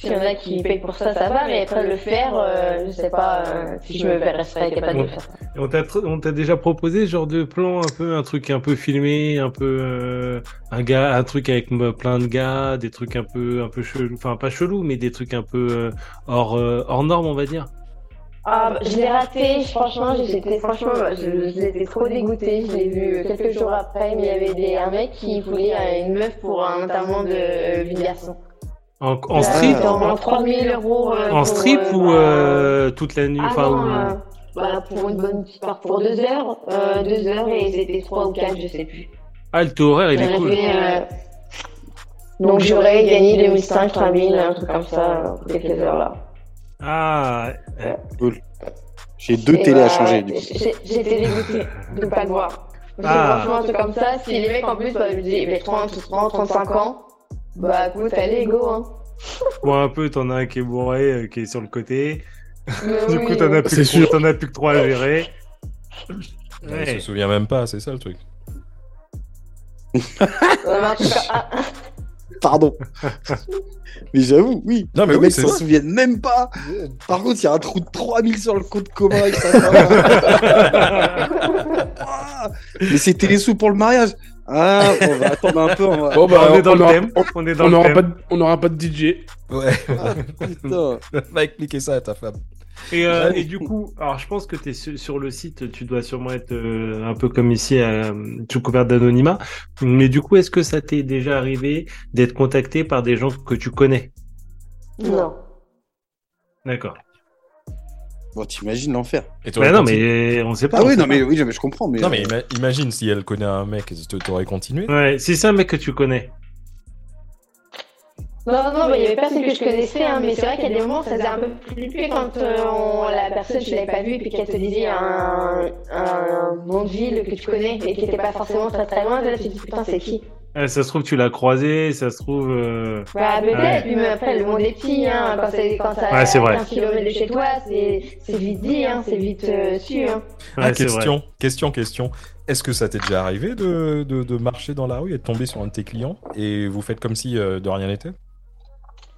S3: s'il y en a qui payent pour ça, ça va, mais après le faire, euh, je sais pas euh, si je me resterais capable de le faire.
S2: Et On t'a tr- on t'a déjà proposé ce genre de plan, un peu un truc un peu filmé, un peu euh, un gars, un truc avec m- plein de gars, des trucs un peu un peu chelou, enfin pas chelou, mais des trucs un peu euh, hors euh, hors norme, on va dire.
S3: Ah, bah, je l'ai raté, franchement, j'étais franchement, bah, je- j'étais trop dégoûtée. Je l'ai vu euh, quelques jours après, mais il y avait des, un mec qui voulait euh, une meuf pour un enterrement de euh, vie de garçon.
S2: En, en
S3: Bah,
S2: strip,
S4: euh,
S3: dans 3000 euros. euh,
S2: en
S3: pour,
S2: strip
S3: euh,
S2: ou
S3: bah,
S2: euh, toute la nuit,
S3: Ah
S2: enfin
S3: non,
S2: ou-
S3: euh, bah, pour une bonne petite part, pour deux heures, euh, deux heures et c'était trois ou quatre, je sais plus.
S2: ah le taux horaire il est
S3: J'aurais
S2: cool.
S3: fait, euh, Donc j'aurais gagné 2005, 3000, un truc comme ça, euh, pour quelques heures là.
S2: Ah
S4: J'ai deux
S3: Et
S4: télés
S3: bah,
S4: à changer. Du coup.
S3: j'ai- J'étais dégoûtée de pas le voir. Parce que
S2: Ah.
S3: franchement, un truc comme ça, si les mecs en plus bah, me disaient mais 30, 30, 35 ans, bah écoute, allez, go. Hein.
S2: bon un peu t'en as un qui est bourré, euh, qui est sur le côté.
S3: Mais
S2: Du
S3: oui,
S2: coup t'en as plus que
S5: C'est sûr.
S2: trois- t'en as plus que trois à gérer.
S1: Ouais, Il
S2: Ouais.
S1: se souvient même pas, c'est ça le truc.
S3: ouais, mais en tout cas, ah,
S4: Pardon. mais j'avoue, oui.
S1: Non, mais
S4: les
S1: oui,
S4: mecs
S1: c'est
S4: s'en
S1: vrai.
S4: souviennent même pas. Par contre, il y a un trou de 3000 sur le compte commun. avec ça. Ah, mais c'était les sous pour le mariage. Ah, bon, on va attendre un peu. On va...
S5: Bon, bah,
S2: on est dans le
S5: aura-
S2: thème. On est dans
S5: On
S2: le
S5: n'aura
S2: thème.
S5: pas, de- on aura pas de
S4: Eh,
S5: Ah, DJ.
S1: Ouais,
S4: Putain.
S1: va expliquer ça à ta femme.
S2: Et, euh,
S4: J'avoue.
S2: et du coup, alors je pense que tu es sur le site, tu dois sûrement être euh, un peu comme ici, euh, tout couvert d'anonymat. Mais du coup, est-ce que ça t'est déjà arrivé d'être contacté par des gens que tu connais
S3: non.
S2: D'accord.
S4: Bon, t'imagines l'enfer.
S1: Et t'aurais
S2: Bah non,
S1: continué.
S2: mais on sait pas.
S4: Ah
S2: on
S4: oui,
S2: sait
S4: non,
S2: pas.
S4: mais oui, mais je comprends. Mais,
S1: Non, mais ima- imagine si elle connaît un mec, tu- t'aurais continué.
S2: Ouais, si c'est un mec que tu connais.
S3: Non, non, mais il y avait personne que je connaissais, hein, mais c'est vrai qu'à des moments, ça faisait un peu flipper quand euh, on- la personne, je l'avais pas vue, et puis qu'elle te disait un, un nom de ville que tu connais et qui n'était pas forcément très très loin. Là, tu te dis, putain, c'est qui
S2: Euh, ça se trouve, tu l'as croisé, ça se trouve. euh,
S3: Bah, peut-être,
S2: Ouais.
S3: puis même après, le monde est petit, hein, quand, c'est- quand ça
S2: Ouais, c'est vrai.
S3: 15 km de chez toi, c'est c'est vite dit, hein, c'est vite euh, su. Hein.
S2: ouais,
S1: ah,
S2: c'est vrai.
S1: question, question, question. Est-ce que ça t'est déjà arrivé de, de- de marcher dans la rue et de tomber sur un de tes clients et vous faites comme si euh, de rien n'était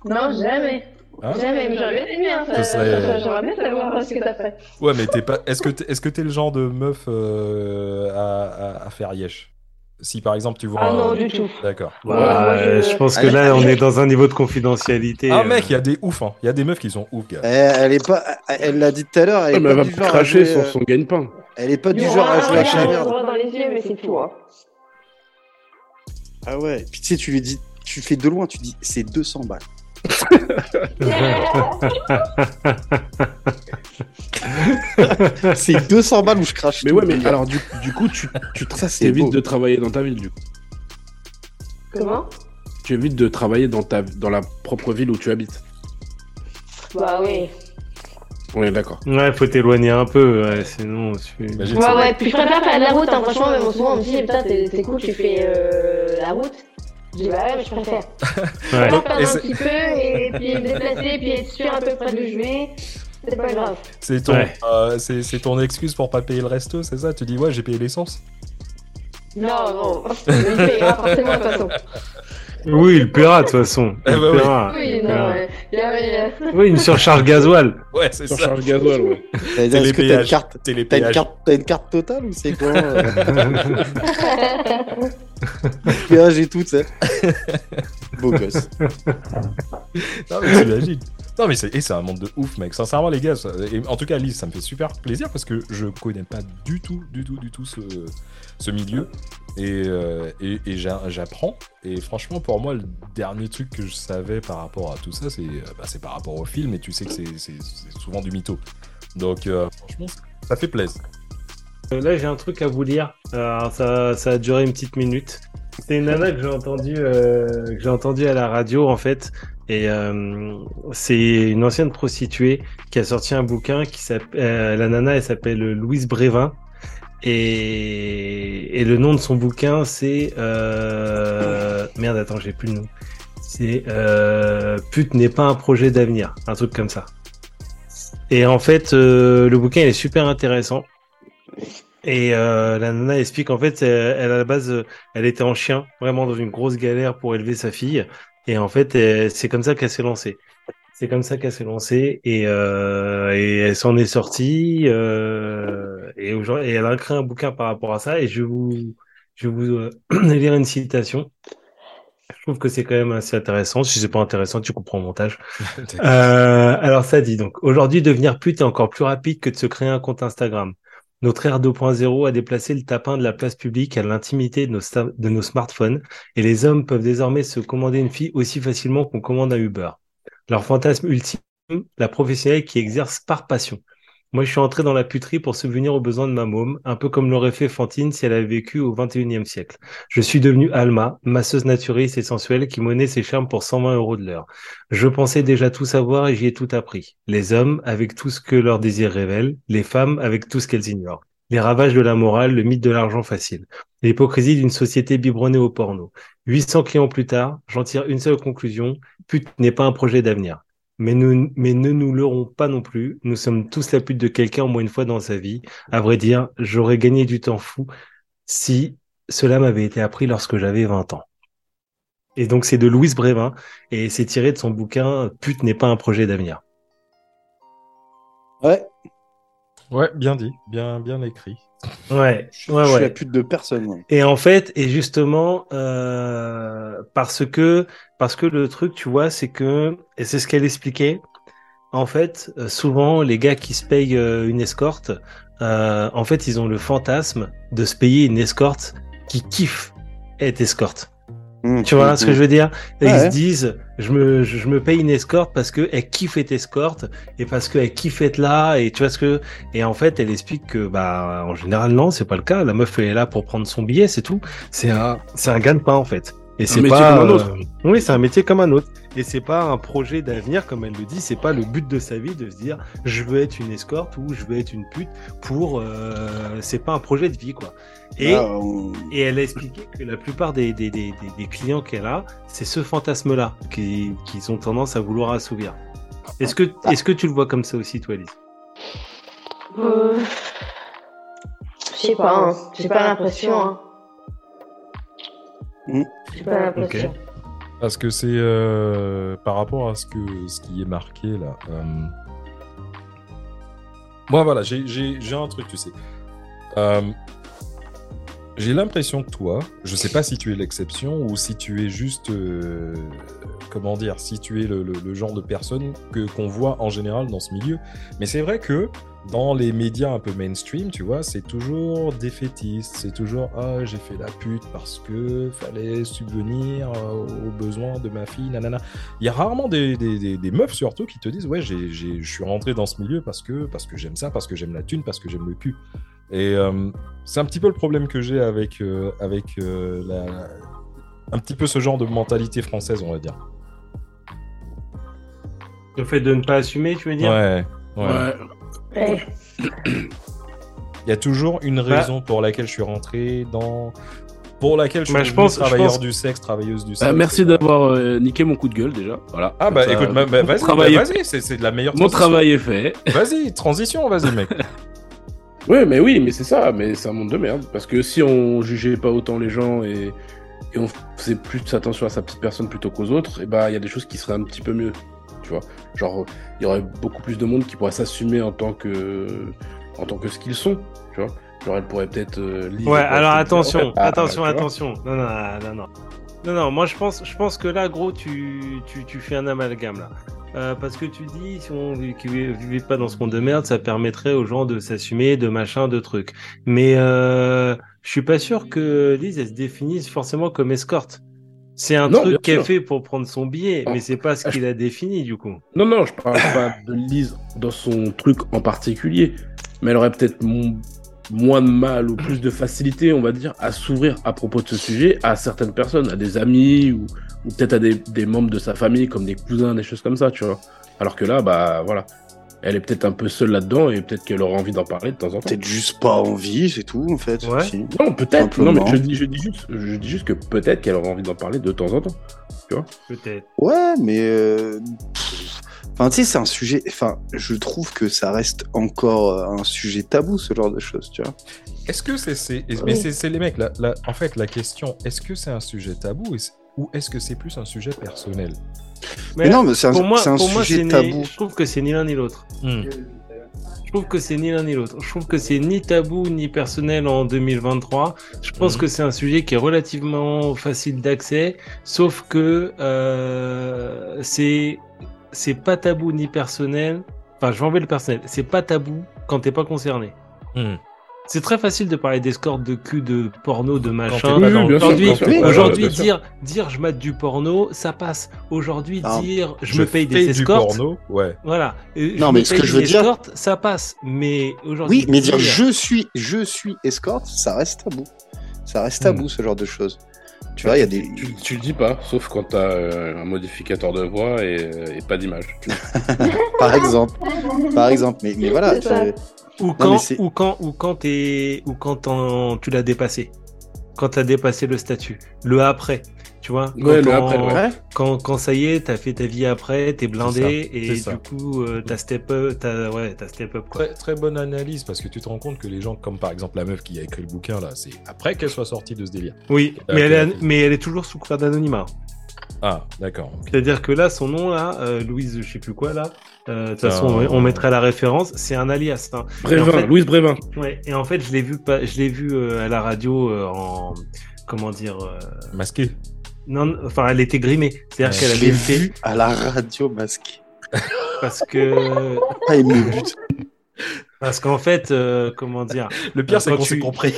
S3: Non, jamais.
S1: Hein
S3: jamais, mais j'aurais bien aimé, hein,
S1: Ce serait-
S3: j'aurais bien savoir ce que t'as fait.
S1: Ouais, mais t'es pas. Est-ce que t'es, est-ce que t'es le genre de meuf euh, à, à- à faire yesh Si par exemple tu vois.
S3: Ah
S1: un-
S3: non, du tout.
S1: D'accord.
S2: Ouais,
S3: moi,
S2: Bah, je...
S3: je-
S2: pense que
S4: Allez,
S2: là, on
S4: allez.
S2: est dans un niveau de confidentialité.
S1: Ah
S2: euh,
S1: mec, il y a des ouf, hein. Il y a des meufs qui sont ouf, gars.
S4: Eh, Elle est pas, elle l'a dit tout à l'heure, elle est
S5: mais elle
S4: pas
S5: va
S4: du genre à
S5: cracher
S4: jouer,
S5: sur
S4: euh,
S5: son gagne-pain.
S4: elle est pas
S3: Il
S4: du
S3: y
S4: genre
S3: aura
S4: à
S3: un
S4: jouer à
S3: regard
S4: la merde.
S3: droit dans les yeux, mais c'est tout. hein.
S4: Ah ouais. Puis tu sais, tu lui dis, tu fais de loin, tu dis, c'est 200 balles. c'est 200 balles où je crache.
S5: Mais
S4: tout,
S5: ouais,
S4: le
S5: mais
S4: gars.
S5: alors du, du coup, tu, tu
S4: ça c'est beau.
S5: évites de travailler dans ta ville, du coup.
S3: Comment
S5: Tu évites de travailler dans, ta, dans la propre ville où tu habites.
S3: Bah oui.
S5: On est d'accord.
S2: Ouais, faut t'éloigner un peu, ouais, sinon. tu-
S1: Imagine, ça
S3: Ouais,
S1: va
S3: Ah ouais, puis je préfère faire de la route, hein. franchement, même souvent on me dit, putain, t'es t'es cool, tu fais euh, la route. Je dis, bah ouais, mais je préfère.
S2: Ouais.
S3: Je préfère perdre
S1: Et
S3: un
S1: c'est-
S3: petit peu, et puis me déplacer, puis être sûr un peu près de jouer. C'est pas grave.
S1: C'est ton,
S2: Ouais.
S1: euh, c'est, c'est ton excuse pour pas payer le resto, c'est ça Tu dis ouais, j'ai payé l'essence.
S3: Non, non, il payera forcément, de toute façon.
S2: Oui, il paiera de toute façon.
S1: Eh
S2: Il
S1: bah oui.
S2: paiera,
S3: Oui,
S2: il
S3: non,
S2: paiera.
S3: ouais. Il y a- il y a-
S2: Oui, une surcharge gasoil.
S1: Ouais, c'est ça.
S5: Surcharge gasoil, ouais.
S4: Est-ce
S1: Télépéage.
S4: que t'as une carte, t'as une
S1: Télépéage.
S4: carte, t'as une carte totale ou c'est quoi euh, Péage et tout, tu sais. Beau gosse.
S1: Non, mais t'imagines. Non, mais c'est, et c'est un monde de ouf, mec. Sincèrement, les gars, ça- et en tout cas, Lise, ça me fait super plaisir parce que je connais pas du tout, du tout, du tout ce, ce milieu. Et, euh, et, et j'a- j'apprends. Et franchement, pour moi, le dernier truc que je savais par rapport à tout ça, c'est, euh, bah, c'est par rapport au film. Et tu sais que c'est, c'est- c'est souvent du mytho. Donc, euh, franchement, ça fait plaisir.
S2: Euh, Là, j'ai un truc à vous lire. Alors, ça, ça a duré une petite minute. C'est une nana que j'ai entendue euh, que j'ai entendue à la radio, en fait. Et euh, c'est une ancienne prostituée qui a sorti un bouquin qui s'appelle. euh, la nana, elle s'appelle Louise Brévin. Et, et le nom de son bouquin, c'est. euh, Merde, attends, j'ai plus le nom. C'est euh, Pute n'est pas un projet d'avenir. Un truc comme ça. Et en fait, euh, le bouquin, il est super intéressant. Et euh, la nana explique en fait, euh, elle à la base, euh, elle était en chien, vraiment dans une grosse galère pour élever sa fille. Et en fait, euh, c'est comme ça qu'elle s'est lancée. C'est comme ça qu'elle s'est lancée et, euh, et elle s'en est sortie. euh, et, aujourd'hui, et elle a créé un bouquin par rapport à ça. Et je vous, je vais vous euh, lire une citation. Je trouve que c'est quand même assez intéressant. Si c'est pas intéressant, tu comprends au montage. Euh, alors ça dit donc, aujourd'hui devenir pute est encore plus rapide que de se créer un compte Instagram. Notre ère 2.0 a déplacé le tapin de la place publique à l'intimité de nos, sta- de nos smartphones et les hommes peuvent désormais se commander une fille aussi facilement qu'on commande un Uber. Leur fantasme ultime, la professionnelle qui exerce par passion. Moi, je suis entré dans la puterie pour subvenir aux besoins de ma môme, un peu comme l'aurait fait Fantine si elle avait vécu au 21e siècle. Je suis devenu Alma, masseuse naturiste et sensuelle qui monnaie ses charmes pour 120 euros de l'heure. Je pensais déjà tout savoir et j'y ai tout appris. Les hommes avec tout ce que leur désir révèle, les femmes avec tout ce qu'elles ignorent. Les ravages de la morale, le mythe de l'argent facile, l'hypocrisie d'une société biberonnée au porno. 800 clients plus tard, j'en tire une seule conclusion, pute n'est pas un projet d'avenir. Mais, nous, mais ne nous leurrons pas non plus, nous sommes tous la pute de quelqu'un au moins une fois dans sa vie. À vrai dire, j'aurais gagné du temps fou si cela m'avait été appris lorsque j'avais 20 ans. Et donc c'est de Louise Brévin, et c'est tiré de son bouquin Pute n'est pas un projet d'avenir.
S4: Ouais,
S1: Ouais, bien dit, bien, bien écrit.
S2: Ouais,
S4: je
S2: ouais,
S4: suis la
S2: ouais.
S4: pute de personne. moi.
S2: Et en fait, et justement, euh, parce que parce que le truc, tu vois, c'est que et c'est ce qu'elle expliquait. En fait, euh, souvent les gars qui se payent euh, une escorte, euh, en fait, ils ont le fantasme de se payer une escorte qui kiffe être escorte.
S4: Mmh,
S5: Mm,
S2: Tu vois ce que je veux dire Et
S4: Ouais.
S2: Ils se disent, je me, je, je me paye une escorte parce que elle kiffe être escorte et parce qu'elle kiffe être là et tu vois ce que et en fait elle explique que bah en général non c'est pas le cas la meuf elle est là pour prendre son billet c'est tout c'est un c'est un gain de pain en fait et c'est
S5: métier
S2: pas
S5: comme un autre.
S2: euh, oui c'est un métier comme un autre et c'est pas un projet d'avenir comme elle le dit c'est pas le but de sa vie de se dire je veux être une escorte ou je veux être une pute pour euh, c'est pas un projet de vie quoi
S5: Bah,
S2: et
S6: Ah, on-
S2: et elle a expliqué que la plupart des, des, des, des- des clients qu'elle a, c'est ce fantasme-là qui- qu'ils ont tendance à vouloir assouvir. Est-ce que, est que tu le vois comme ça aussi, toi, Alice
S3: Euh, Je sais pas, hein. j'ai pas l'impression. hein.
S2: Hmm.
S4: Mm.
S3: J'ai pas l'impression.
S1: Parce que c'est euh, par rapport à ce que ce qui est marqué là. euh, Moi voilà, j'ai- j'ai j'ai un truc, tu sais. Euh, J'ai l'impression que toi, je sais pas si tu es l'exception ou si tu es juste, euh, comment dire, si tu es le, le- le genre de personne que qu'on voit en général dans ce milieu. Mais c'est vrai que dans les médias un peu mainstream, tu vois, c'est toujours défaitiste, c'est toujours ah j'ai fait la pute parce que fallait subvenir euh, aux besoins de ma fille, nanana. Il y a rarement des, des, des- des meufs surtout qui te disent ouais j'ai, j'ai- je suis rentré dans ce milieu parce que parce que j'aime ça, parce que j'aime la thune, parce que j'aime le cul. Et euh, c'est un petit peu le problème que j'ai avec euh, avec euh, la, un petit peu ce genre de mentalité française, on va dire.
S2: Le fait de ne pas assumer, tu veux dire
S1: Ouais. ouais.
S5: Ouais.
S3: Ouais.
S1: Il y a toujours une
S2: Bah-
S1: raison pour laquelle je suis rentré dans. Pour laquelle je suis
S2: Bah, je
S1: devenu
S2: pense- je
S1: travailleur
S2: pense-
S1: du sexe, travailleuse du sexe.
S5: Bah, merci
S1: et-
S5: d'avoir euh, niqué mon coup de gueule déjà. Voilà.
S1: Ah bah
S5: Ça-
S1: écoute, bah, bah,
S5: mon
S1: vas-y, bah,
S5: travail est-
S1: vas-y, c'est c'est de la meilleure
S5: Mon
S1: transition.
S5: travail est fait.
S1: Vas-y, transition, vas-y mec.
S5: Ouais, mais oui, mais c'est ça, mais c'est un monde de merde. Parce que si on jugeait pas autant les gens et, et on faisait plus attention à sa petite personne plutôt qu'aux autres, et bah il y a des choses qui seraient un petit peu mieux. Tu vois, genre il y aurait beaucoup plus de monde qui pourrait s'assumer en tant que en tant que ce qu'ils sont. Tu vois, genre elle pourrait peut-être. euh, lire,
S2: Ouais,
S5: elle pourrait
S2: alors
S5: peut-être-
S2: attention,
S5: Ah,
S2: attention,
S5: tu vois.
S2: attention. Non, non, non, non. Non, non, moi je pense, je pense que là, gros, tu, tu, tu fais un amalgame là. Euh, parce que tu dis, si on vi- qui vi- vivait pas dans ce monde de merde, ça permettrait aux gens de s'assumer, de machin, de trucs. Mais euh, je suis pas sûr que Lise, elle se définisse forcément comme escorte. C'est un
S5: Non, bien
S2: truc qu'elle
S5: sûr.
S2: fait pour prendre son billet, mais c'est pas ce
S5: Ah, je-
S2: qu'il a défini du coup.
S5: Non, non, je parle pas de Lise dans son truc en particulier, mais elle aurait peut-être mon- moins de mal ou plus de facilité, on va dire, à s'ouvrir à propos de ce sujet à certaines personnes, à des amis ou, ou peut-être à des, des membres de sa famille, comme des cousins, des choses comme ça, tu vois. Alors que là, bah voilà, elle est peut-être un peu seule là-dedans et peut-être qu'elle aurait envie d'en parler de temps en temps.
S4: Peut-être juste pas envie, c'est tout en fait.
S2: Ouais.
S4: Si.
S5: Non, peut-être. Non, mais
S4: Simplement.
S5: je dis, je dis juste, je dis juste que peut-être qu'elle aurait envie d'en parler de temps en temps.
S2: Peut-être.
S4: Ouais, mais. euh, pff, Enfin, tu sais, c'est un sujet. Enfin, je trouve que ça reste encore euh, un sujet tabou, ce genre de choses, tu vois.
S1: Est-ce que c'est. c'est- est- Mais c'est c'est les mecs, là, là, en fait, la question, est-ce que c'est un sujet tabou et c'est- ou est-ce que c'est plus un sujet personnel
S4: Mais, non, mais c'est un,
S2: pour moi,
S4: c'est un
S2: pour moi,
S4: sujet
S2: c'est ni-
S4: tabou.
S2: Je trouve que c'est ni l'un ni l'autre.
S1: Hmm.
S2: Je trouve que c'est ni l'un ni l'autre. Je trouve que c'est ni tabou ni personnel en 2023. Je pense
S1: Mhm.
S2: que c'est un sujet qui est relativement facile d'accès, sauf que euh, c'est c'est pas tabou ni personnel. Enfin, je vais enlever le personnel. C'est pas tabou quand t'es pas concerné.
S1: Hmm.
S2: C'est très facile de parler d'escorte, de cul, de porno, de
S1: Quand t'es
S2: machin.
S1: pas
S5: Oui,
S1: dans-
S5: oui, bien sûr,
S1: aujourd'hui-
S5: bien sûr.
S1: aujourd'hui,
S5: Ouais,
S2: Aujourd'hui,
S5: bien sûr.
S2: dire, dire je mate du porno, ça passe. Aujourd'hui,
S4: Ah,
S2: dire je,
S1: je
S2: me paye
S1: fais
S2: des
S1: du
S2: escortes,
S1: porno, ouais.
S2: voilà. Euh,
S4: Non,
S2: je
S4: mais
S2: me
S4: ce que
S2: paye
S4: je veux
S2: une
S4: dire-
S2: escorte, ça passe. Mais aujourd'hui.
S4: Oui, mais dire je suis, je suis escorte, ça reste tabou. Ça
S2: Hmm.
S4: reste tabou, ce genre de choses. Tu vois, Ah, il y a des.
S5: Tu, tu le dis pas, sauf quand t'as euh, un modificateur de voix et, euh, et pas d'image.
S4: Par exemple. Par exemple. Mais, mais voilà.
S3: C'est ça.
S4: tu-
S2: Ou
S4: mais
S2: quand,
S4: c'est-
S2: ou quand, ou quand t'es, ou quand t'en- tu l'as dépassé. Quand t'as dépassé le statut. Le après. Tu vois.
S5: Ouais,
S2: quand
S5: le
S2: en-
S5: après, ouais.
S2: Quand, quand ça y est, t'as fait ta vie après, t'es blindé, et
S1: c'est
S2: du
S1: ça.
S2: coup, euh, t'as step up, t'as, ouais, t'as step up, quoi.
S1: Très, très bonne analyse parce que tu te rends compte que les gens, comme par exemple la meuf qui a écrit le bouquin là, c'est après qu'elle soit sortie de ce délire.
S2: Oui,
S1: T'as
S2: mais
S1: fait
S2: elle,
S1: la
S2: est,
S1: fille.
S2: mais elle est toujours sous couvert d'anonymat.
S1: Ah, d'accord. ok.
S2: C'est-à-dire que là, son nom, là, euh, Louise, je sais plus quoi, là, euh, de toute façon,
S1: Ah.
S2: on, on mettra la référence, c'est un alias, hein.
S5: Brévin,
S2: Et en fait-
S5: Louise Brévin.
S2: Ouais, et en fait, je l'ai vu pas, je l'ai vu euh, à la radio euh, en comment dire euh,
S1: Masqué.
S2: non, enfin, elle était grimée, c'est-à-dire
S1: Ouais.
S2: qu'elle
S4: Euh, Je
S2: avait
S4: l'ai
S2: été
S4: vu à la radio masquée.
S2: parce que
S4: Ah, il me bute.
S2: parce qu'en fait, euh, comment dire,
S1: Le pire,
S2: Euh, Quand
S1: c'est qu'on
S2: tu-
S1: s'est compris.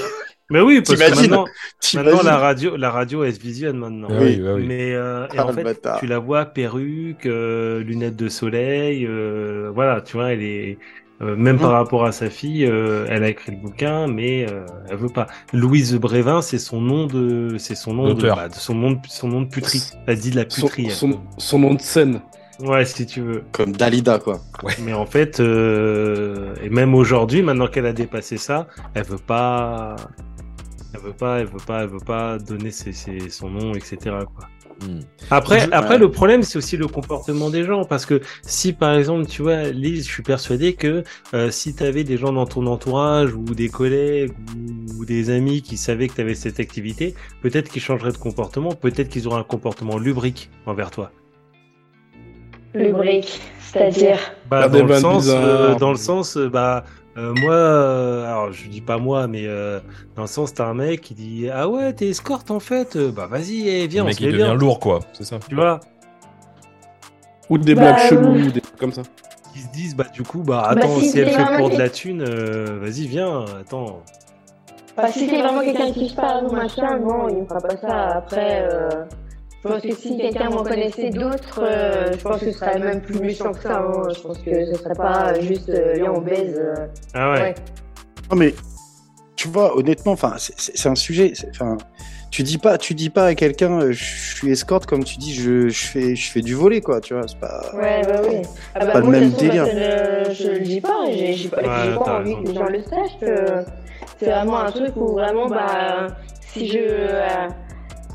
S2: Mais oui, parce que
S4: T'imagines
S2: maintenant, maintenant
S4: T'imagines
S2: la radio, la radio, elle se visionne maintenant.
S1: Ah
S4: Oui.
S1: oui, ah oui.
S2: Mais euh, et
S4: Ah,
S2: en
S4: le
S2: fait,
S4: bâtard.
S2: tu la vois perruque, euh, lunettes de soleil, euh, voilà, tu vois, elle est euh, même
S4: Mhm.
S2: par rapport à sa fille, euh, elle a écrit le bouquin, mais euh, elle veut pas. Louise Brévin, c'est son nom de, c'est son nom de,
S1: D'auteur.
S2: bah, de- son nom, de, son nom de puterie. Elle dit de la
S5: Son,
S2: puterie. elle.
S5: son- son nom de scène.
S2: Ouais, si tu veux.
S4: Comme Dalida, quoi.
S2: Mais en fait, euh, et même aujourd'hui, maintenant qu'elle a dépassé ça, elle veut pas, elle veut pas, elle veut pas, elle veut pas donner ses- ses- son nom, etc. Quoi.
S1: Hmm.
S2: Après,
S4: Je-
S2: après
S4: ouais.
S2: le problème, c'est aussi le comportement des gens. Parce que si, par exemple, tu vois, Lise, je suis persuadé que euh, si tu avais des gens dans ton entourage ou des collègues ou, ou des amis qui savaient que tu avais cette activité, peut-être qu'ils changeraient de comportement, peut-être qu'ils auraient un comportement lubrique envers toi.
S3: Le break, c'est-à-dire.
S2: Bah,
S5: Faire
S2: dans,
S5: des
S2: le
S5: vannes
S2: sens, euh,
S5: bizarres.
S2: dans le sens, euh, bah, euh, moi, euh, alors je dis pas moi, mais euh, dans le sens, t'as un mec qui dit Ah ouais, t'es escorte en fait, euh, bah vas-y, eh, viens,
S1: Le
S2: on
S1: mec,
S2: se
S1: il
S2: met
S1: devient
S2: bien.
S1: lourd, quoi. C'est ça.
S2: Tu vois
S5: Ou des
S3: Bah,
S5: blagues
S3: euh,
S5: cheloues, des trucs comme ça.
S2: qui se disent bah du coup bah
S3: Bah,
S2: attends
S3: si
S2: si elle
S3: c'est
S2: fait
S3: vraiment
S2: pour de
S3: que-
S2: la thune euh, vas-y viens attends
S3: Enfin, si c'est vraiment quelqu'un qui se parle ou machin, non, il ne fera pas ça. Après, euh, je pense que si quelqu'un m'en connaissait d'autres, euh, je pense que ce serait même plus méchant que ça. hein. Je pense que ce serait pas juste euh, viens, on baise. euh.
S2: ah ouais,
S3: Ouais.
S4: Non mais tu vois honnêtement, enfin c'est- c'est c'est un sujet. c'est- Enfin tu dis pas, tu dis pas à quelqu'un euh, je suis escorte comme tu dis je, je fais je fais du volet quoi. Tu vois c'est pas.
S3: Ouais, bah oui. Ah bah,
S4: Pas le
S3: moi, de
S4: même
S3: toute façon,
S4: délire.
S3: personne, euh, je le dis pas, j'ai j'ai pas,
S2: Ouais,
S3: j'ai pas
S2: t'as
S3: envie
S2: raison.
S3: que les gens le sachent. euh,
S4: Bah,
S3: C'est vraiment un truc où vraiment, bah, si je. euh,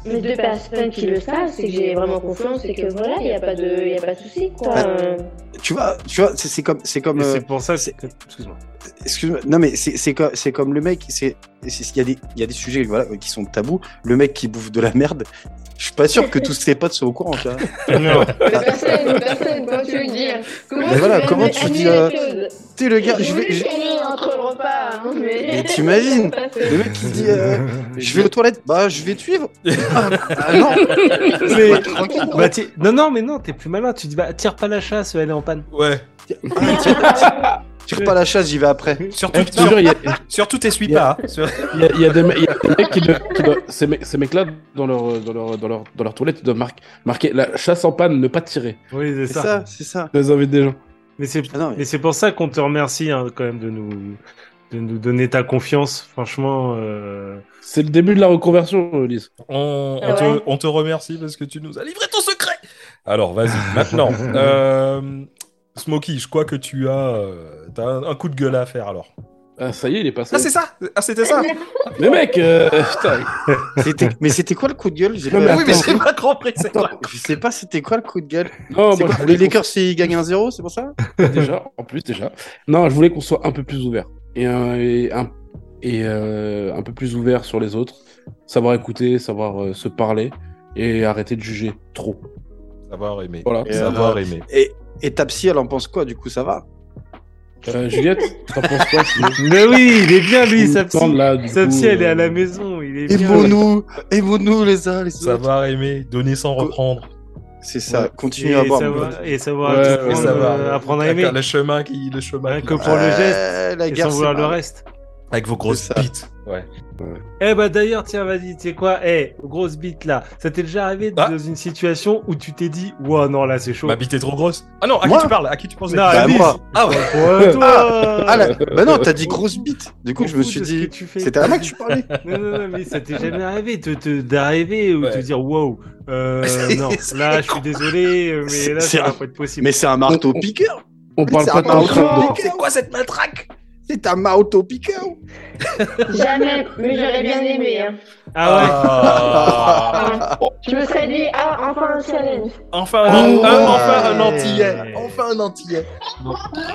S3: les deux personnes qui le savent, c'est que j'ai vraiment confiance et que voilà, il n'y a pas de, y a pas de souci, quoi.
S4: Bah,
S3: Euh,
S4: Tu vois tu vois c'est c'est comme c'est comme
S2: Et
S4: euh,
S2: c'est pour ça
S4: c'est-
S2: que... excuse-moi
S4: excuse-moi, non mais c'est c'est comme c'est comme le mec c'est c'est- il y a des il y a des sujets voilà qui sont tabous. Le mec qui bouffe de la merde. Je suis pas sûr que tous ses potes soient au courant. Tu vois.
S2: Non.
S3: Mais personne, personne, bah, comment tu veux le dire Comment
S4: Mais voilà,
S3: veux
S4: comment tu
S3: annuler
S4: dis,
S3: la
S4: euh,
S3: chose
S4: Tu sais le gars
S3: Je
S4: je vais
S3: voulais
S4: je-
S3: caler entre le repas, hein, mais...
S4: Mais t'imagines le mec qui dit euh, je vais aux toilettes bah je vais te suivre. ah, ah, non
S2: Mais-
S4: mais tranquille.
S2: Bah, t'es- non non mais non t'es plus malin tu dis bah tire pas la chasse elle est en panne
S1: Ouais.
S4: Tire pas la chasse j'y vais après.
S1: Surtout,
S5: Eh, je te jure, il y a-
S1: surtout t'essuies pas. hein. Sur-
S5: il y a- il y a des me- il y a des mecs qui doivent- qui doivent- Ces mecs- ces mecs-là, dans leur, dans, leur, dans, leur, dans leur toilette, ils doivent marquer, marquer la chasse en panne, ne pas tirer.
S2: oui
S4: C'est ça c'est ça.
S5: Ils invitent des gens.
S2: mais c'est
S4: Ah, non, mais-
S2: mais c'est pour ça qu'on te remercie hein, quand même de nous de nous donner ta confiance franchement euh,
S5: C'est le début de la reconversion, euh, Lise.
S1: On,
S3: Ah
S1: on te,
S3: ouais.
S1: on te remercie parce que tu nous as livré ton secret. Alors, vas-y, maintenant. Euh, Smoky, je crois que tu as, euh, t'as un, un coup de gueule à faire alors.
S5: Ah, ça y est, il est passé.
S1: Ah, c'est ça Ah, c'était ça
S5: Mais mec, euh, putain,
S4: C'était- Mais c'était quoi le coup de gueule J'ai
S5: Non,
S4: pas-
S5: mais
S1: Oui, mais
S5: attends.
S1: j'ai pas compris. c'est
S4: Attends,
S1: quoi
S4: je sais pas c'était quoi le coup de gueule.
S5: non,
S4: C'est quoi,
S5: moi, je
S4: les
S5: voulais qu'on
S4: Lakers ils gagnent un 0 c'est pour ça
S5: déjà, en plus déjà. Non, je voulais qu'on soit un peu plus ouvert et, euh, et un et euh, un peu plus ouvert sur les autres, savoir écouter, savoir euh, se parler et arrêter de juger trop.
S1: Savoir aimer.
S5: Voilà.
S4: Et, euh,
S1: Savoir aimer.
S4: Et, et ta psy elle en pense quoi du coup ça va
S5: Euh, Juliette, t'en penses quoi si
S2: mais oui il est bien lui
S5: Il me
S2: sa
S5: semble,
S2: psy
S5: là, du
S2: sa
S5: coup,
S2: psy, elle est à
S5: euh,
S2: la maison il est
S4: Eh ben,
S2: bien
S4: Aimons-nous Aimons-nous les uns les autres
S1: Savoir aimer, donner sans reprendre.
S4: C'est ça,
S2: Ouais.
S4: continue
S2: et
S4: à boire. mon pote.
S2: savoir, et savoir
S5: Ouais,
S2: apprendre,
S5: ouais,
S1: Et savoir,
S2: euh,
S1: euh,
S2: apprendre à
S1: faire
S2: aimer
S1: Le chemin qui. Le chemin
S2: Rien
S1: qui-
S2: que pour le geste
S4: Euh, la
S2: et
S4: guerre,
S2: sans vouloir
S4: c'est
S2: le
S4: mal.
S2: reste
S1: Avec vos grosses
S4: C'est ça.
S1: bites. Ouais.
S2: Eh bah d'ailleurs, tiens, vas-y, tu sais quoi Eh, grosse bite là, ça t'est déjà arrivé
S1: Ah.
S2: dans une situation où tu t'es dit, ouah, non, là c'est chaud.
S1: Ma bite est trop grosse. Ah non, à
S4: Moi
S1: qui tu parles À qui tu pensais
S2: Non,
S4: Bah,
S2: Alice,
S4: moi.
S1: Ah ouais.
S2: ouais, Euh, toi
S4: Ah là, bah non, t'as dit grosse bite. Du coup, je me suis dit, c'était à moi que tu parlais.
S2: Non, non, non, mais ça t'est jamais arrivé de- de- d'arriver ou de
S1: Ouais.
S2: te dire, wow, euh,
S4: C'est-
S2: non,
S4: c'est
S2: là je suis désolé, euh,
S4: C'est-
S2: mais là
S4: c'est
S2: ça
S4: un-
S2: va pas être possible.
S4: Mais c'est un marteau piqueur.
S5: On parle
S4: C'est
S5: pas
S4: un
S5: de ton
S4: marteau
S5: crâne.
S4: piqueur.
S5: dedans.
S4: C'est quoi cette matraque C'est un marteau piqueur.
S3: Jamais, mais j'aurais bien aimé. hein.
S2: Ah ouais
S1: Ah.
S3: Je me serais dit, ah, enfin un challenge.
S1: Enfin,
S4: Ah
S1: un,
S4: ouais.
S1: un- enfin un antillais.
S4: Enfin un antillais.
S1: Ah.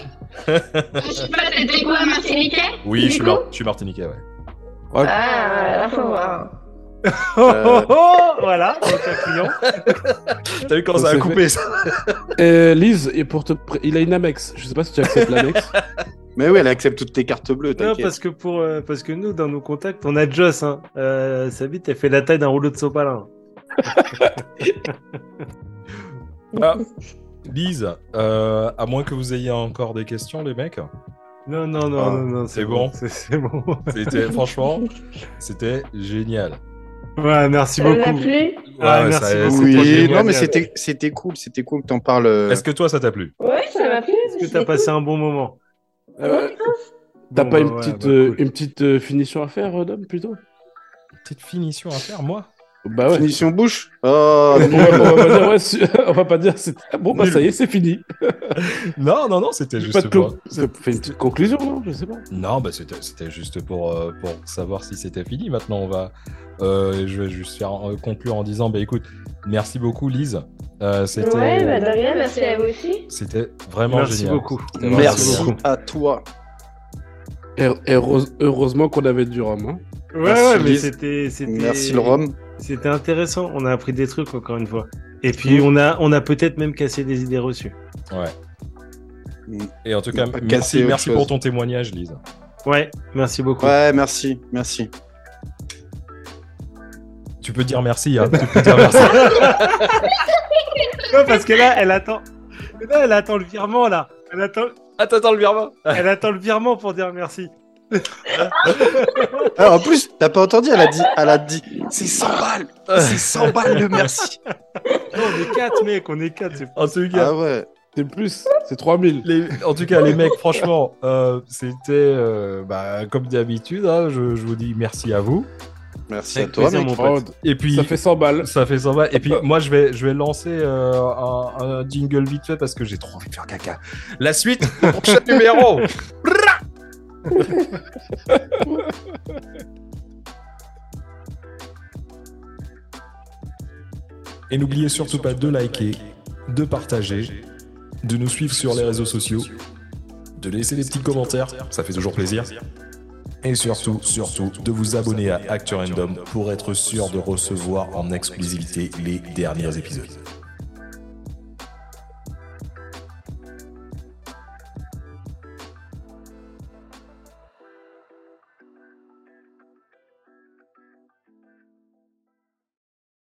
S3: Je sais pas, c'était quoi, Martiniquais
S1: Oui, je suis,
S3: Du
S1: mar-
S3: coup
S1: je suis martiniquais, ouais.
S3: Ah, là, faut voir.
S2: Oh, oh,
S4: Euh.
S2: oh, Voilà, donc un client.
S1: T'as vu comment ça a
S5: Ça
S1: coupé ça
S5: Euh, Lise, et pour te pré- il a une annexe. Je sais pas si tu acceptes l'annexe.
S4: Ah Mais oui, elle accepte toutes tes cartes bleues,
S2: Non,
S4: t'inquiète.
S2: parce que, pour, euh, parce que nous, dans nos contacts, on a Joss. Hein. Euh, sa bite, elle fait la taille d'un rouleau de sopalin.
S1: Ah. Lise, euh, à moins que vous ayez encore des questions, les mecs.
S2: Non, non, non,
S1: Ah,
S2: non, non,
S1: c'est bon.
S2: C'est c'est bon.
S1: C'était, franchement, c'était génial.
S2: Ouais, merci
S3: Ça vous a
S2: beaucoup.
S3: plu
S2: Ah,
S1: Ouais,
S2: merci
S1: ça-
S2: beaucoup.
S1: c'était
S4: Oui,
S1: génial.
S4: non, mais c'était c'était cool, c'était cool que t'en parles. euh,
S1: Est-ce que toi, ça t'a plu
S3: Ouais, ça m'a plu.
S2: Est-ce que t'as passé un bon moment
S5: Euh, T'as
S2: Bon,
S5: pas
S2: bah,
S5: une,
S2: ouais,
S5: petite,
S2: bah,
S5: euh,
S2: cool.
S5: une petite euh, finition à faire, euh, Dom, plutôt
S1: Petite finition à faire, moi
S5: Bah ouais.
S4: Finition bouche Oh,
S5: on, va, on va pas dire, ouais, si- on va pas dire, c'est- ah, bon, bah
S1: Nul.
S5: ça y est, c'est fini.
S1: Non, non, non, c'était
S5: J'ai
S1: juste
S5: Pas de
S1: pour...
S5: clo- Fais une petite conclusion, non Je sais pas.
S1: Non, bah c'était, c'était juste pour, euh, pour savoir si c'était fini. Maintenant, on va... euh, je vais juste faire, euh, conclure en disant, bah écoute, merci beaucoup, Lise. Euh, c'était,
S3: Ouais, bah de rien, merci à vous aussi.
S1: c'était vraiment
S2: Merci
S1: génial.
S2: beaucoup.
S1: C'était vraiment
S4: merci
S1: génial.
S4: à toi.
S5: Et, et heureuse- heureusement qu'on avait du rhum. hein.
S2: Ouais,
S4: Merci,
S2: ouais, mais
S4: Lise.
S2: c'était. c'était-
S4: Merci le rhum.
S2: C'était intéressant. On a appris des trucs, encore une fois. Et
S5: Mm.
S2: puis, on a, on a peut-être même cassé des idées reçues.
S1: Ouais.
S4: Mm.
S1: Et en tout cas,
S4: Pas casser
S1: merci,
S4: autre
S1: merci pour
S4: chose.
S1: ton témoignage, Lise.
S2: Ouais, merci beaucoup.
S4: Ouais, merci, merci.
S1: Tu peux dire merci, hein. tu peux dire merci.
S2: Non, parce que là, elle attend. Là, elle attend le virement, là. Elle attend,
S1: Attends, attends, le virement.
S2: elle attend le virement pour dire merci.
S4: Ah, en plus, t'as pas entendu, elle a dit, elle a dit, c'est 100 balles, c'est 100 balles le merci.
S2: Non, on est quatre, mec, on est quatre. c'est-
S1: En tout cas,
S4: Ah ouais.
S5: C'est plus, c'est 3000.
S1: les- en tout cas, les mecs, franchement, euh, c'était euh, bah, comme d'habitude. hein, je, je vous dis merci à vous.
S4: Merci
S2: Avec
S4: à toi,
S2: plaisir,
S4: mec.
S2: mon pote.
S1: Et puis,
S5: ça fait 100 balles.
S1: ça fait 100 balles. Et puis,
S4: Ah.
S1: moi, je vais, je vais lancer euh, un, un jingle vite fait parce que j'ai trop envie de faire caca. La suite, au prochain numéro. Et n'oubliez surtout pas de liker, de partager, de nous suivre sur les réseaux sociaux, de laisser des petits commentaires, ça fait toujours plaisir. Et surtout, surtout, de vous abonner à Actu Random pour être sûr de recevoir en exclusivité les derniers épisodes.